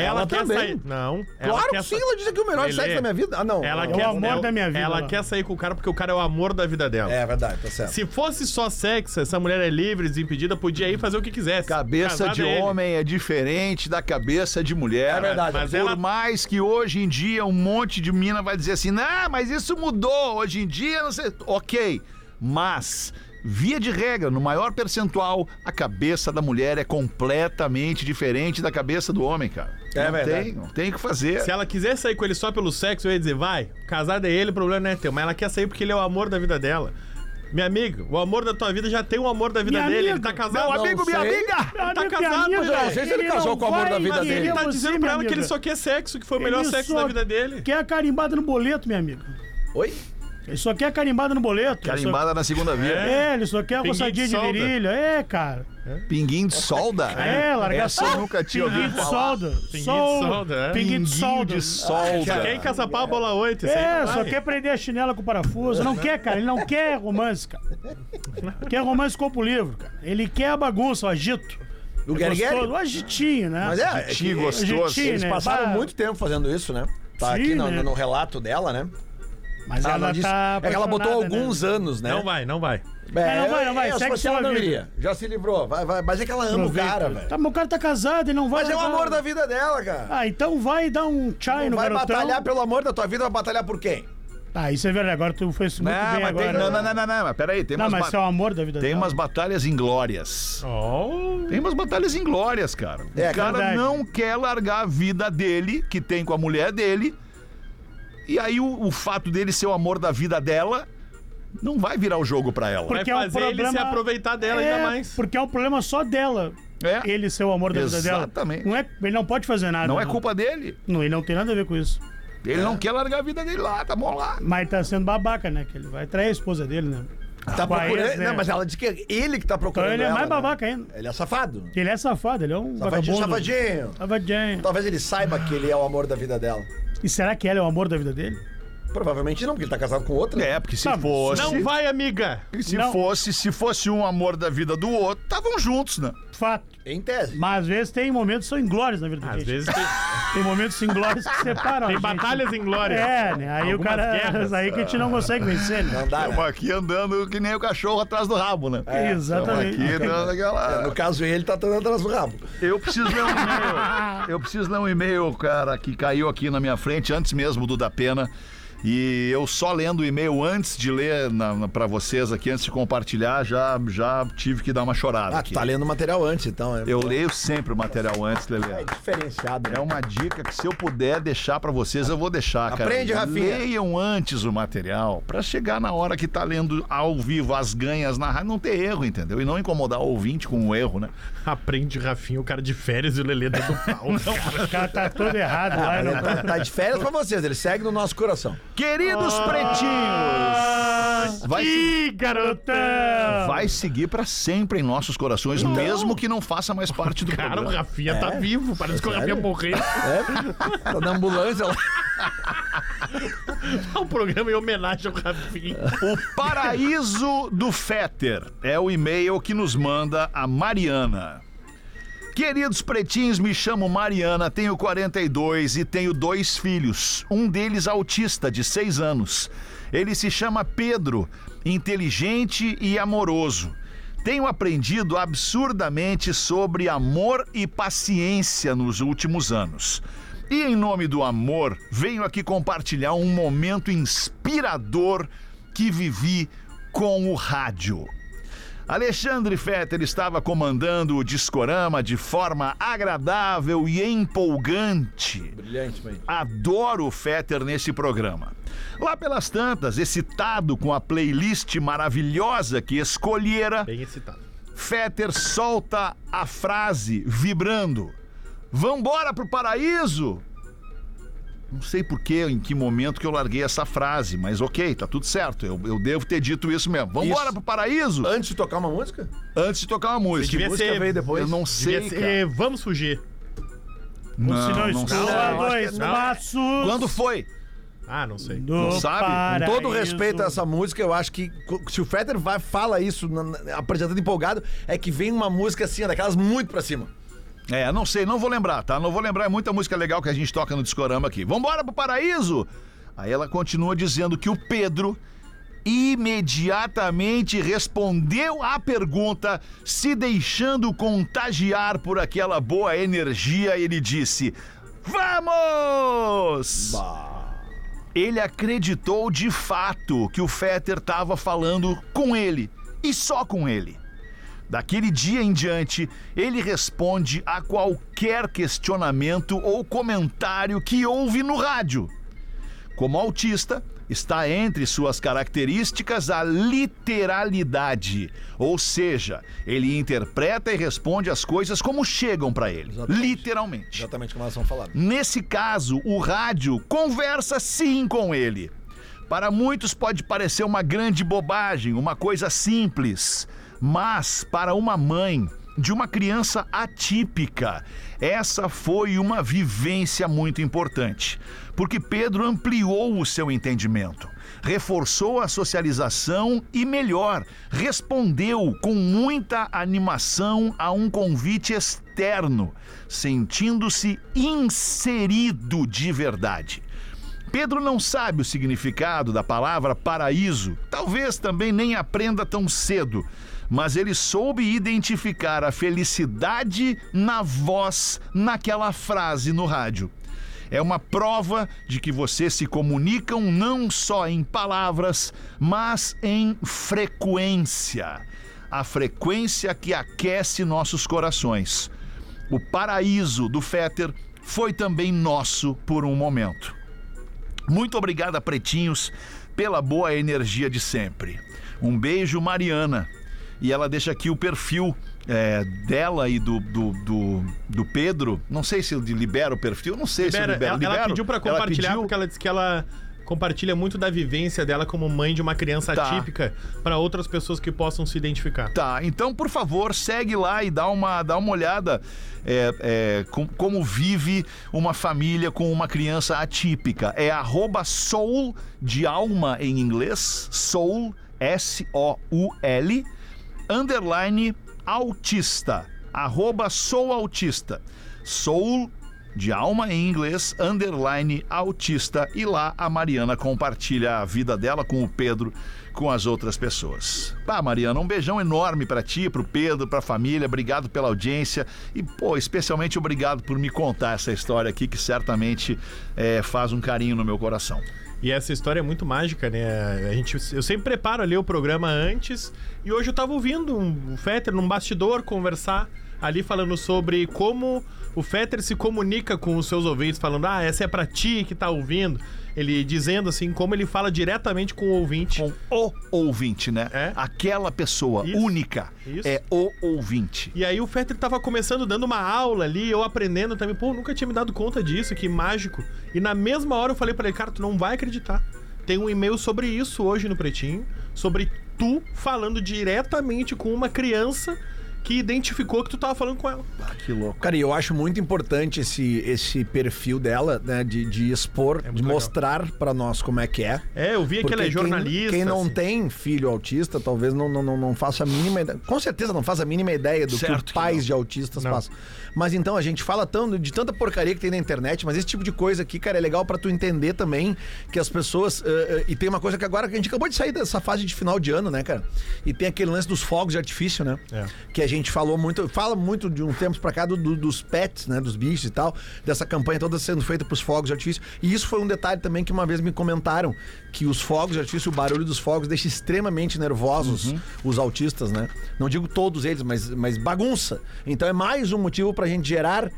Ela, Ela quer também. sair. Não. Claro é que sim, sa- ela diz que o melhor Lelê, sexo da minha vida. Ah, não. Ela não, quer, não. amor ela- da minha vida, Ela lá. quer sair com o cara porque o cara é o amor da vida dela. É verdade, tá certo. Se fosse só sexo, essa mulher é livre, desimpedida, podia ir fazer o que quisesse. Cabeça Casada de é ele. homem é diferente da cabeça de mulher. É verdade. Mas Mas por ela- mais que hoje em dia um monte de mina vai dizer assim, não, mas isso mudou. Hoje em dia, não sei. Ok, mas. Via de regra, no maior percentual, a cabeça da mulher é completamente diferente da cabeça do homem, cara. É não verdade. tem, não tem o que fazer. Se ela quiser sair com ele só pelo sexo, eu ia dizer, vai, casada é ele, o problema não é teu. Mas ela quer sair porque ele é o amor da vida dela. Minha amiga, o amor da tua vida já tem o amor da vida Minha dele. Ele amiga. tá casado. Não amigo, minha sei. amiga! Meu tá amigo, casado, minha mas eu amiga, não sei se ele casou não com o amor vai da vida fazer dele. Ele tá é você, dizendo pra minha ela que ele amiga. só quer sexo, que foi o melhor Ele sexo só da vida dele. Quer a carimbada no boleto, meu amigo. Oi? Ele só quer a carimbada no boleto. ele só- Carimbada na segunda via. É, ele só quer a Pinguinho roçadinha de de solda. virilha. É, cara. Pinguinho de solda? É, largar Essa eu nunca tinha Pinguinho ouvido de falar. solda. de Sol- solda, é. Pinguinho de solda. de solda. Quer encaçapar a bola 8. É, só quer prender a chinela com parafuso. Não quer, cara. Ele não quer romance, cara. Quer romance, compra o livro, cara. Ele quer a bagunça, o agito. O É Guergueri. gostoso, o agitinho, né? Mas é, é que Jiti gostoso. Jiti, eles né? passaram Bah. muito tempo fazendo isso, né? Sim, Tá aqui no, né? no relato dela, né? Mas Ah, ela, não disse- tá. é que ela botou apaixonada, né? alguns anos, né? Não vai, não vai. É, não vai, não vai, é, segue se fosse sua ela não vida. iria. Já se livrou. Vai, vai. Mas é que ela ama o Aproveita. cara, velho. Tá, mas o cara tá casado, ele não vai. Mas é o largar. amor da vida dela, cara. Ah, então vai dar um chai no Vai garotão. batalhar pelo amor da tua vida, vai batalhar por quem? Ah, isso é verdade. Agora tu foi muito Não, bem Ah, mas agora. tem, não, não, não, não, não, mas peraí, tem, Não, umas, mas ba- isso é o amor da vida tem dela. umas batalhas inglórias. Oh. Tem umas batalhas inglórias, cara. O É, cara verdade. não quer largar a vida dele, que tem com a mulher dele. E aí o, o fato dele ser o amor da vida dela não vai virar o jogo pra ela. Porque é um vai fazer ele se problema- aproveitar dela É, ainda mais. Porque é um problema só dela. É. Ele ser o amor da vida dela. Exatamente. Não é, ele não pode fazer nada. né? Não é culpa dele. Não, ele não tem nada a ver com isso. Ele não quer largar a vida dele lá, tá bom lá. Mas tá sendo babaca, né? Que ele vai trair a esposa dele, né? Tá Com a procurando. ex, né? Não, mas ela diz que é ele que tá procurando. Então ele é ela, mais né? babaca ainda. Ele é safado. Ele é safado, ele é um Safadinho, vagabundo. safadinho. Safadinho. Talvez ele saiba que ele é o amor da vida dela. E será que ela é o amor da vida dele? Provavelmente não, porque ele tá casado com outra. É, porque se Tá, fosse. Não vai, amiga. se não. fosse, se fosse um amor da vida do outro, estavam juntos, né? Fato. Em tese. Mas às vezes tem momentos que são inglórios na vida da Às gente. vezes tem, Tem momentos inglórios que separam. a tem gente. batalhas inglórias. É, né? Aí o Algumas cara. guerras. Aí que a gente não consegue vencer, né? Não dá, né? Estamos aqui andando que nem o cachorro atrás do rabo, né? É, Exatamente. Aqui dando aquela. É, No caso, ele tá todo atrás do rabo. Eu preciso ler um e-mail. Eu preciso ler um e-mail, cara, que caiu aqui na minha frente antes mesmo do da pena. E eu só lendo o e-mail antes de ler na, na- pra vocês aqui, antes de compartilhar, já, já tive que dar uma chorada Ah, tu aqui. tá lendo material antes, então. É, Eu leio sempre o material antes, Lelê. é diferenciado, um- né? É uma dica que se eu puder deixar pra vocês, eu vou deixar, cara. Aprende, Rafinha. Leiam antes o material pra chegar na hora que tá lendo ao vivo as ganhas na rádio, não ter erro, entendeu? E não incomodar o ouvinte com o erro, né? Aprende, Rafinha, o cara de férias e o Lelê dando pau. O cara tá todo errado lá. Ele Não tá, tá de férias pra vocês, ele segue no nosso coração. Queridos Ah, pretinhos! Vai se Ih, garotão! vai seguir pra sempre em nossos corações, Então. mesmo que não faça mais parte do Cara, o programa. Rafinha tá vivo. Parece que o Rafinha morreu. É? Tá na ambulância lá. O É um programa em homenagem ao Rafinha. O paraíso do Fetter é o e-mail que nos manda a Mariana. Queridos pretinhos, me chamo Mariana, tenho 42 e tenho dois filhos. Um deles autista, de 6 anos. Ele se chama Pedro, inteligente e amoroso. Tenho aprendido absurdamente sobre amor e paciência nos últimos anos. E em nome do amor, venho aqui compartilhar um momento inspirador que vivi com o rádio. Alexandre Fetter estava comandando o discorama de forma agradável e empolgante. Brilhante, mãe. Adoro o Fetter nesse programa. Lá pelas tantas, excitado com a playlist maravilhosa que escolhera, Bem excitado. Fetter solta a frase vibrando: Vambora pro paraíso! Não sei por que, em que momento que eu larguei essa frase, mas ok, tá tudo certo. Eu, eu devo ter dito isso mesmo. Vambora Isso. pro paraíso! Antes de tocar uma música? Antes de tocar uma música. devia música ser- veio depois? Eu não Devia sei, ser, cara. eh, Vamos fugir. Um sinal não escuro, sei. a Eu acho dois não. passos. Quando foi? Ah, não sei. do Não sabe? Com Com paraíso. todo respeito a essa música, eu acho que co- se o Fetter vai, fala isso, na- na- apresentando empolgado, é que vem uma música assim, ó, daquelas muito pra cima. É, não sei, não vou lembrar, tá? Não vou lembrar, é muita música legal que a gente toca no Discorama aqui. Vambora pro paraíso! Aí ela continua dizendo que o Pedro imediatamente respondeu à pergunta, se deixando contagiar por aquela boa energia, ele disse: Vamos! Ele acreditou de fato que o Fetter estava falando com ele e só com ele. Daquele dia em diante, ele responde a qualquer questionamento ou comentário que ouve no rádio. Como autista, está entre suas características a literalidade, ou seja, ele interpreta e responde as coisas como chegam para ele, Exatamente. literalmente. Exatamente como elas são faladas. Nesse caso, o rádio conversa sim com ele. Para muitos pode parecer uma grande bobagem, uma coisa simples, mas para uma mãe de uma criança atípica. Essa foi uma vivência muito importante, porque Pedro ampliou o seu entendimento, reforçou a socialização e, melhor, respondeu com muita animação a um convite externo, sentindo-se inserido de verdade. Pedro não sabe o significado da palavra paraíso, talvez também nem aprenda tão cedo, mas ele soube identificar a felicidade na voz, naquela frase no rádio. É uma prova de que vocês se comunicam não só em palavras, mas em frequência. A frequência que aquece nossos corações. O paraíso do Fetter foi também nosso por um momento. Muito obrigada, pretinhos, pela boa energia de sempre. Um beijo, Mariana. E ela deixa aqui o perfil é, dela e do, do, do, do Pedro. Não sei se eu libera o perfil, não sei se eu libero. Libera, ela, ela Libero? pediu pra compartilhar pediu? porque ela disse que ela compartilha muito da vivência dela como mãe de uma criança Tá. atípica para outras pessoas que possam se identificar. Tá, então por favor, segue lá e dá uma, dá uma olhada é, é, com- como vive uma família com uma criança atípica. É arroba soul de alma em inglês, soul, S-O-U-L, underline autista, arroba soul autista, soul de alma em inglês, underline autista, e lá a Mariana compartilha a vida dela com o Pedro, com as outras pessoas. Pá, Mariana, um beijão enorme pra ti, pro Pedro, pra família, obrigado pela audiência e, pô, especialmente obrigado por me contar essa história aqui que certamente eh, faz um carinho no meu coração. E essa história é muito mágica, né? A gente, eu sempre preparo ali o programa antes e hoje eu tava ouvindo um, o Fetter num bastidor conversar ali falando sobre como o Fetter se comunica com os seus ouvintes, falando, ah, essa é pra ti que tá ouvindo. Ele dizendo assim, como ele fala diretamente com o ouvinte. Com o ouvinte, né? É. Aquela pessoa Isso. única Isso. é o ouvinte. E aí o Fetter tava começando dando uma aula ali, eu aprendendo também. Pô, nunca tinha me dado conta disso, que mágico. E na mesma hora eu falei pra ele, cara, tu não vai acreditar. Tem um e-mail sobre isso hoje no Pretinho, sobre tu falando diretamente com uma criança que identificou que tu tava falando com ela. Que louco. Cara, e eu acho muito importante esse, esse perfil dela, né? De, de expor, de legal. mostrar pra nós como é que é. É, eu vi que ela é quem- jornalista. Quem, não assim. tem filho autista, talvez não, não, não, não faça a mínima ideia. Com certeza não faça a mínima ideia do Certo que que pais de autistas passam. Mas então a gente fala tanto de tanta porcaria que tem na internet, mas esse tipo de coisa aqui, cara, é legal pra tu entender também que as pessoas. eh, eh, e tem uma coisa que agora que a gente acabou de sair dessa fase de final de ano, né, cara? E tem aquele lance dos fogos de artifício, né? É. Que a gente falou muito, fala muito de um tempo pra cá do- do- dos pets, né? Dos bichos e tal, dessa campanha toda sendo feita pros fogos de artifício. E isso foi um detalhe também que uma vez me comentaram: que os fogos de artifício, o barulho dos fogos deixa extremamente nervosos Uhum. os autistas, né? Não digo todos eles, mas, mas bagunça. Então é mais um motivo pra gente gerar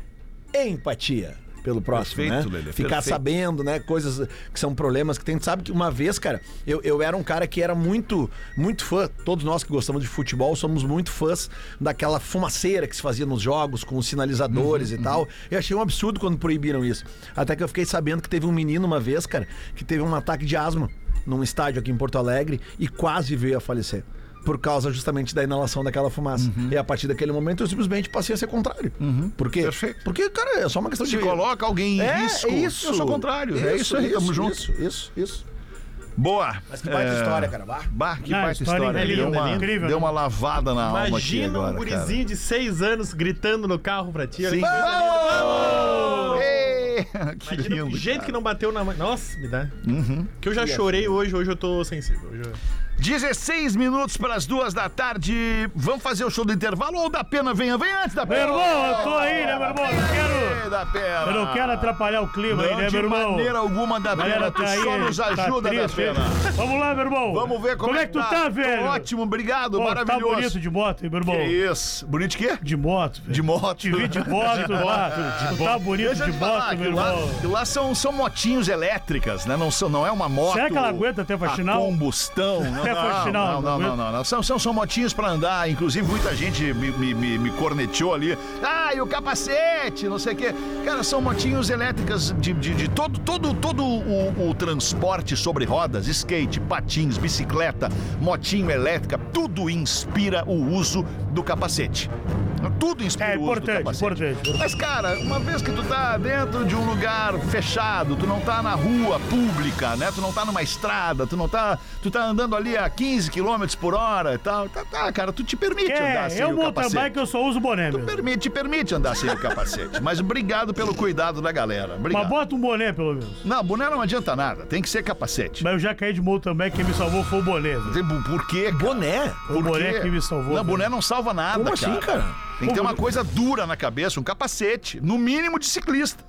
empatia pelo próximo, Perfeito, né? Lelê, Ficar perfeito. sabendo sabendo, né? Coisas que são problemas que tem. Tu sabe que uma vez, cara, eu, eu era um cara que era muito, muito fã. Todos nós que gostamos de futebol somos muito fãs daquela fumaceira que se fazia nos jogos com os sinalizadores e tal. Eu achei um absurdo quando proibiram isso. Até que eu fiquei sabendo que teve um menino uma vez, cara, que teve um ataque de asma num estádio aqui em Porto Alegre e quase veio a falecer. Por causa justamente da inalação daquela fumaça. E a partir daquele momento eu simplesmente passei a ser contrário. Por quê? Perfeito. Porque, cara, é só uma questão Se de. coloca alguém em risco. Isso. É, Eu sou contrário. é isso aí, tamo junto. Isso, isso, isso. Boa. Mas que baita É, história, cara. Bah. Bah, que Não, a baita história história. é deu, linda, uma, é incrível, deu né? uma lavada na alma aqui Imagina agora, um cara. gurizinho de 6 anos gritando no carro pra ti. assim. olha Sim. que coisa linda. Ei, que Imagina um lindo, o jeito cara. Uhum. que não bateu na mão. Nossa, me dá. Que eu já chorei hoje, hoje eu tô sensível. Hoje eu- 16 minutos para as duas da tarde. Vamos fazer o show do intervalo ou da pena? Venha, vem antes da Meu pena. irmão, eu tô aí, né, meu irmão? Eu quero- Ei, da pena. Eu não quero atrapalhar o clima aí, Não, né, de meu irmão? maneira alguma da pena. Galera, Tu tá aí, só nos tá ajuda da triste, hein? pena. Vamos lá, meu irmão. Vamos ver como, é que tu tá, velho. Tô ótimo, obrigado, Pô, tá maravilhoso. bonito de moto, hein, meu irmão? Que isso. Bonito de quê? De moto, velho. De moto. Te vi de moto, lá. Tu tá bonito Deixa eu de te falar, moto, meu aquilo lá, irmão. aquilo lá são, são motinhos elétricas, né? Não, são, não é uma moto. Será que ela aguenta até pra a final? combustão. Não, Até um pra não, final, Não, não, não não, não, não. São, são, são motinhos pra andar. Inclusive, muita gente me, me, me, me corneteou ali. Ah, e o capacete, não sei o quê. Cara, são motinhos elétricas de, de, de todo, todo, todo o, o transporte sobre rodas, skate, patins, bicicleta, motinho elétrica, tudo inspira o uso do capacete. Tudo inspira É o uso do importante, capacete. importante. Mas, cara, uma vez que tu tá dentro de um lugar fechado, tu não tá na rua pública, né? Tu não tá numa estrada, tu não tá. Tu tá andando ali a 15 km por hora e tal. Tá, tá, cara, tu te permite andar É, sem eu o capacete. mountain que eu só uso boné, Tu meu. permite, te permite andar sem o capacete. Mas obrigado pelo cuidado da galera. Mas Obrigado. bota um boné, pelo menos. Não, boné não adianta nada. Tem que ser capacete. Mas eu já caí de mountain bike, quem me salvou foi o boné, velho. Por quê, cara? Boné? Foi Por o boné quê? que me salvou. Não, velho. boné não salva nada, Como assim, cara? Tem que ter uma coisa dura na cabeça, um capacete. No mínimo de ciclista.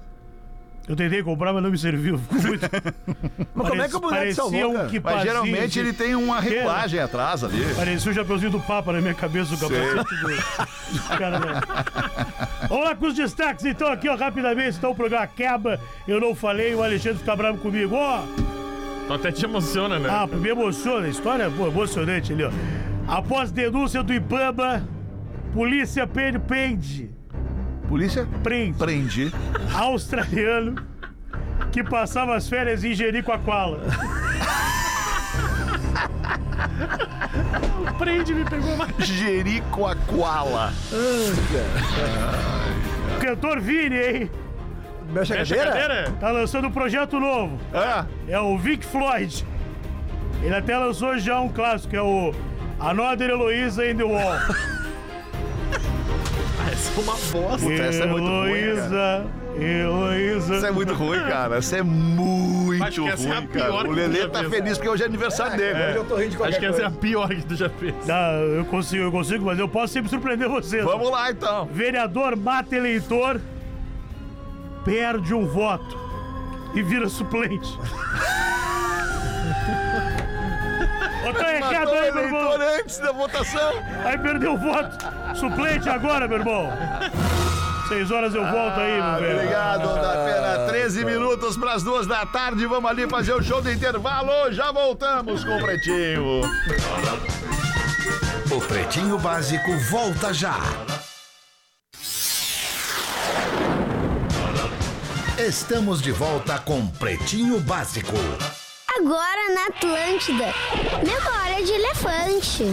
Eu tentei comprar, mas não me serviu. Ficou muito. Mas como é que o boné te Parecia salvou, um cara? que Mas fazia, geralmente assim. ele tem uma regulagem atrás ali. Parecia o chapeuzinho do Papa na minha cabeça, o capacete do, do cara. lá. Vamos lá com os destaques, então, aqui, ó, rapidamente. Então o programa acaba. Eu não falei, o Alexandre fica bravo comigo. Ó, Tu até te emociona, né? ah, me emociona. A história pô, emocionante ali, ó. Após denúncia do Ibama, polícia pe- prende. Polícia Prende. prende. australiano que passava as férias em Jericoacoara. Prende, me pegou mais. Jericoacoala. Cantor Vini, hein? Mexe a Mexe a cadeira? cadeira? Tá lançando um projeto novo. É. É o Vic Floyd. Ele até lançou já um clássico, é o Another Heloísa in the Wall. Essa é uma bosta. Puta, essa é muito ruim, cara. Heloísa, Heloísa. Isso é muito ruim, cara. Isso é muito Acho que essa é a ruim, pior cara. que O tu Lelê já tá fez. feliz porque hoje é aniversário dele. Hoje eu tô rindo de qualquer Acho que essa é a coisa. pior que tu já fez. Dá, Tá, eu consigo, eu consigo, mas eu posso sempre surpreender vocês. Vamos lá, então. Vereador mata eleitor, perde um voto e vira suplente. Ô, tá errado Matou o aí, meu irmão. eleitor antes da votação. Aí perdeu o voto. Suplente agora, meu irmão. Seis horas eu volto aí, Ah, meu velho. Obrigado, da Ah, Pena. tá. 13 minutos para as duas da tarde. Vamos ali fazer o show do intervalo. Já voltamos com o Pretinho. O Pretinho Básico volta já. Estamos de volta com Pretinho Básico. Agora na Atlântida. Memória de elefante.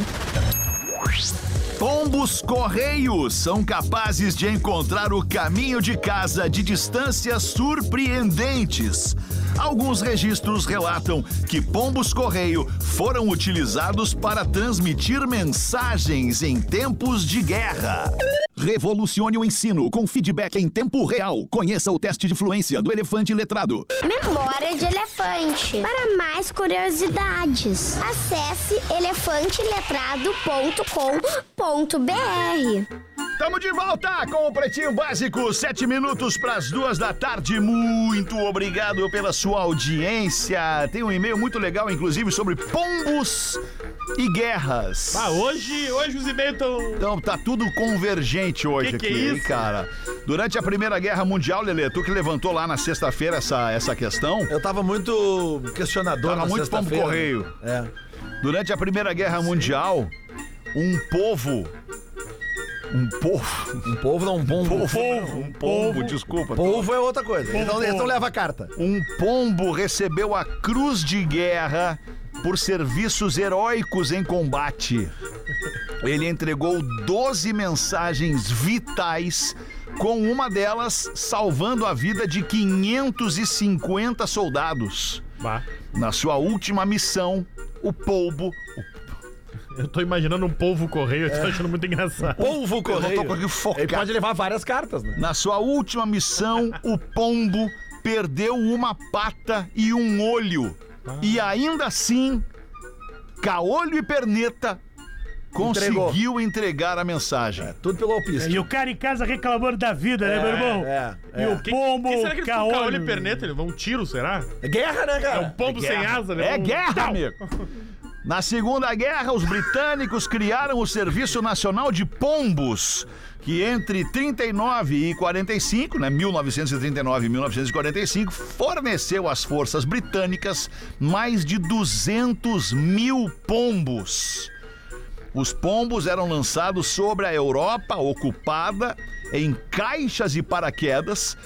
Pombos Correios são capazes de encontrar o caminho de casa de distâncias surpreendentes. Alguns registros relatam que pombos correio foram utilizados para transmitir mensagens em tempos de guerra. Revolucione o ensino com feedback em tempo real. Conheça o teste de fluência do elefante letrado. Memória de elefante. Para mais curiosidades, acesse elefanteletrado.com.br. Tamo de volta com o Pretinho Básico, sete minutos para as duas da tarde. Muito obrigado pela sua audiência. Tem um e-mail muito legal, inclusive, sobre pombos e guerras. Ah, hoje, hoje os e-mails estão. Então tá tudo convergente hoje Que que aqui, é hein, isso? cara. Durante a Primeira Guerra Mundial, Lelê, tu que levantou lá na sexta-feira essa, essa questão. Eu tava muito questionador Tava na muito pombo sexta-feira. correio. É. Durante a Primeira Guerra Mundial, um povo. Um povo. Um povo não, um pombo. Um povo. Um pombo, desculpa. Polvo é outra coisa. então, então leva a carta. Um pombo recebeu a Cruz de Guerra por serviços heróicos em combate. Ele entregou 12 mensagens vitais, com uma delas salvando a vida de 550 soldados. Bah, Na sua última missão, o polvo. eu tô imaginando um polvo correio, eu tô É. achando muito engraçado. Eu Polvo não tô correio. conseguindo focar. Ele pode levar várias cartas, né? Na sua última missão, o pombo perdeu uma pata e um olho. E ainda assim, caolho e perneta Entregou. conseguiu entregar a mensagem. Tudo pelo alpista. É, E o cara em casa reclamando da vida, né, meu irmão? É, E é. o pombo, será que ele caolho. caolho e perneta? Ele vai um tiro, será? É guerra, né, É um cara? pombo sem asa, né? É Um- guerra, Tau! amigo! Na Segunda Guerra, os britânicos criaram o Serviço Nacional de Pombos, que entre 39 e 45, né, 1939 e 1945, forneceu às forças britânicas mais de 200 mil pombos. Os pombos eram lançados sobre a Europa ocupada em caixas e paraquedas,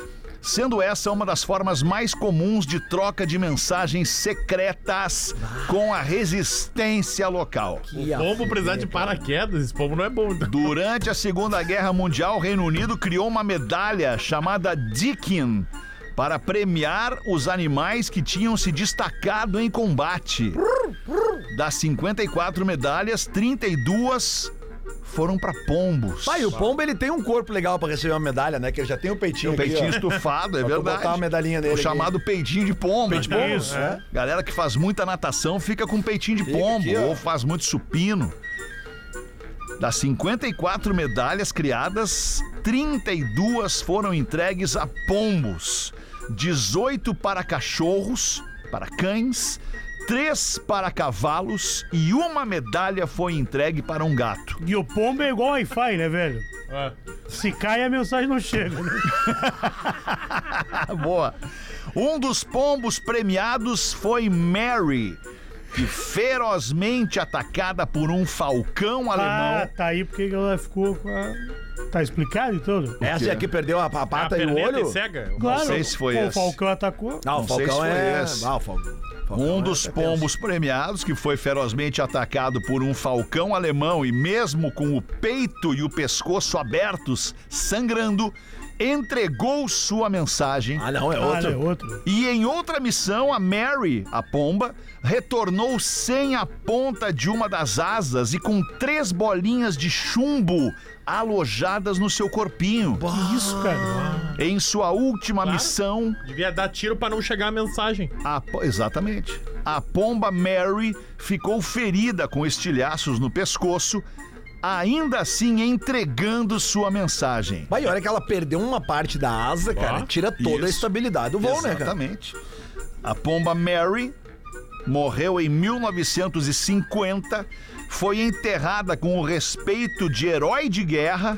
sendo essa uma das formas mais comuns de troca de mensagens secretas com a resistência local. O pombo precisar de paraquedas, esse pombo não é bom. então. Durante a Segunda Guerra Mundial, o Reino Unido criou uma medalha chamada Dickin para premiar os animais que tinham se destacado em combate. Das 54 medalhas, 32 foram para pombos. Pai, o pombo ele tem um corpo legal pra receber uma medalha, né? Que ele já tem o peitinho O aqui, peitinho ó. um estufado, é Dá pra verdade. botar uma medalhinha O nele aqui. chamado peitinho de pombo. Isso. né? Galera que faz muita natação fica com peitinho de pombo aqui, ó. ou faz muito supino. Das 54 medalhas criadas, 32 foram entregues a pombos, 18 para cachorros, para cães, 3 para cavalos e uma medalha foi entregue para um gato. E o pombo é igual Wi-Fi, né, velho? É. Se cai, a mensagem não chega, né? Ah, boa. Um dos pombos premiados foi Mary, que ferozmente atacada por um falcão Ah, alemão. tá aí porque ela ficou com a... Tá explicado e tudo? Essa é a que perdeu a, a pata a e o perneta olho? e cega? Claro. sei se foi Pô, O esse. Falcão atacou. Não, Não o sei se Falcão foi é... esse. Ah, o Falcão. Falcão Um é- dos é pombos premiados, que foi ferozmente atacado por um falcão alemão e, mesmo com o peito e o pescoço abertos, sangrando, entregou sua mensagem. Ah, não, é Ah, outro. é outro. E em outra missão, a Mary, a pomba, retornou sem a ponta de uma das asas e com três bolinhas de chumbo alojadas no seu corpinho. Que isso, cara? Em sua última Claro. missão, Devia dar tiro pra não chegar a mensagem. a po- exatamente. A pomba Mary ficou ferida com estilhaços no pescoço, ainda assim entregando sua mensagem. Vai, e olha que ela perdeu uma parte da asa, cara. Tira toda a Isso. estabilidade do voo, né, cara? Exatamente. A pomba Mary morreu em 1950, foi enterrada com o respeito de herói de guerra.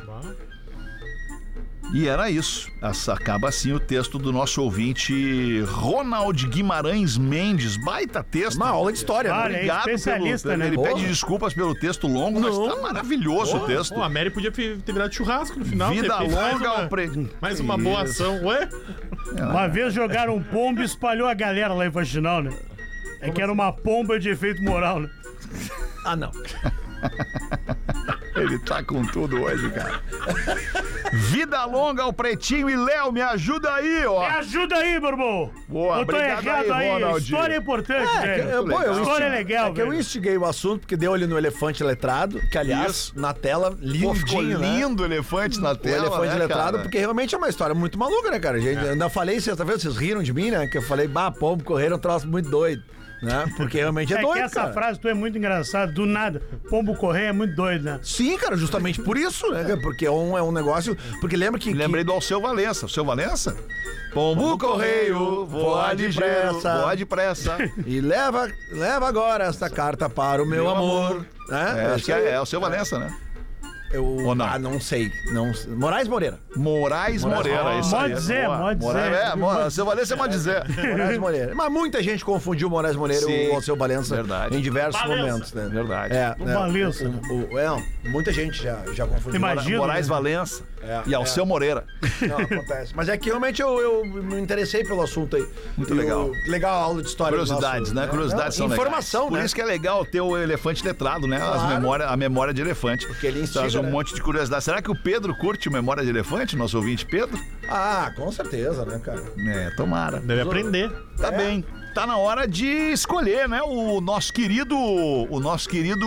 E era isso. Essa- acaba assim o texto do nosso ouvinte Ronald Guimarães Mendes. Baita texto. Uma aula de história, Olha, né? é especialista, né? Ele pede Porra. desculpas pelo texto longo, mas tá maravilhoso o texto. Pô, a Mary podia fi- ter virado churrasco no final. Vida ter feito mais longa uma- ao pre... Mais uma boa ação. Ué? Uma vez jogaram um pombo e espalhou a galera lá em Faxinal, né? É que era assim? uma pomba de efeito moral, né? Ah, não. Ele tá com tudo hoje, cara. Vida longa ao Pretinho e Léo, me ajuda aí, Me ó. ajuda aí, Borbô! Boa, Eu tô obrigado errado aí, aí. Ronaldinho. História é importante, É, velho. que- eu- pô, eu História insti- é legal, é que eu velho. instiguei o assunto porque deu ali no elefante letrado, que aliás, na tela, lindinho, Pô, ficou né? lindo o elefante na O tela, elefante né, letrado, cara? É. porque realmente é uma história muito maluca, né, cara? Gente, Eu ainda falei sexta-feira, vocês riram de mim, né? Que eu falei, bah, pombo, correram um troço muito doido, né? Porque realmente é, É que doido, essa cara. frase tu é muito engraçada, do nada. Pombo correr é muito doido, né? Sim, cara, justamente por isso, né? cara? Porque é um, é um negócio... Porque lembra que... Lembrei do Alceu Valença. Alceu Valença? Pombo correio, voa ligeiro, depressa. voa depressa. que- E leva, leva agora esta carta para o meu, Meu amor. amor. Né? É, acho que aí. é, é Alceu Valença, né? Eu, Ou não? Ah, não sei. Não... Moraes Moreira. Moraes Moreira, isso aí. Pode dizer, Boa. pode Moraes- dizer. É, Mo- Alceu Valença pode dizer. Moraes Moreira. Mas muita gente confundiu o Moraes Moreira Sim, e o Alceu Valença verdade. em diversos Valença. momentos, né? Verdade. É, O né? Valença, O- né? o- é, muita gente já, já confundiu. Imagina. Gil, Moraes né? Valença É, e Alceu Moreira. Não, acontece. Mas é que realmente eu, eu me interessei pelo assunto aí. Muito E o- legal. legal a aula de história. do Curiosidades, nosso- né? Curiosidades é, Não, são Informação, legais. Por né? isso que é legal ter o elefante letrado, né? As Claro. memória, a memória de elefante. Porque ele instiga, Traz um né? monte de curiosidade. Será que o Pedro curte o memória de elefante, nosso ouvinte Pedro? Ah, com certeza, né, cara? É, tomara. Deve aprender. Tá bem. Tá na hora de escolher, né? O nosso querido. O nosso querido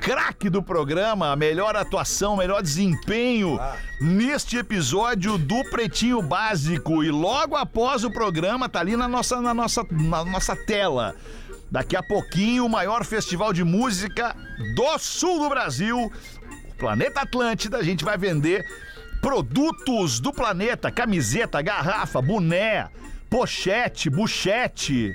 craque do programa, a melhor atuação, melhor desempenho neste episódio do Pretinho Básico. E logo após o programa, tá ali na nossa, na nossa, na nossa tela. Daqui a pouquinho, o maior festival de música do sul do Brasil, o Planeta Atlântida, a gente vai vender produtos do planeta, camiseta, garrafa, boné, pochete, buchete.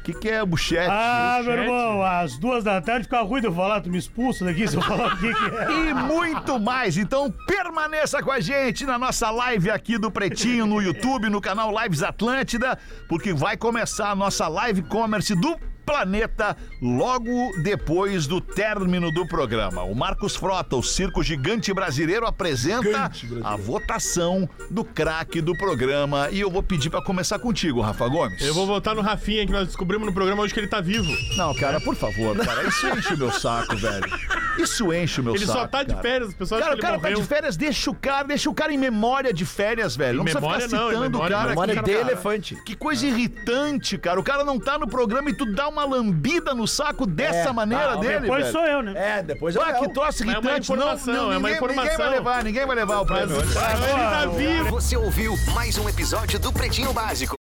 O que, que é buchete? Ah, meu Chat. irmão, às duas da tarde fica ruim de eu falar, tu me expulsa daqui se eu falar o que que é. E muito mais. Então permaneça com a gente na nossa live aqui do Pretinho no YouTube, no canal Lives Atlântida, porque vai começar a nossa live commerce do planeta logo depois do término do programa. O Marcos Frota, o circo gigante brasileiro, apresenta a votação do craque do programa. E eu vou pedir pra começar contigo, Rafa Gomes. Eu vou votar no Rafinha, que nós descobrimos no programa hoje que ele tá vivo. Não, cara, por favor, cara, isso enche o meu saco, velho. Isso enche o meu Ele saco. só tá de cara. férias, o pessoal acha Cara, o que ele cara tá morreu. de férias, deixa o cara, deixa o cara em memória de férias, velho. Não memória precisa não, ficar em citando o memória cara. não. aqui, Memória cara. de elefante. Que coisa irritante, cara. O cara não tá no programa e tu dá uma lambida no saco dessa maneira dele, Depois velho. sou eu, né? É, depois Ah, eu. que troço Mas é uma irritante. não, informação, não, é uma ninguém, Ninguém vai informação. levar, ninguém vai levar o prêmio. Ele tá vivo. Você ouviu mais um episódio do Pretinho Básico.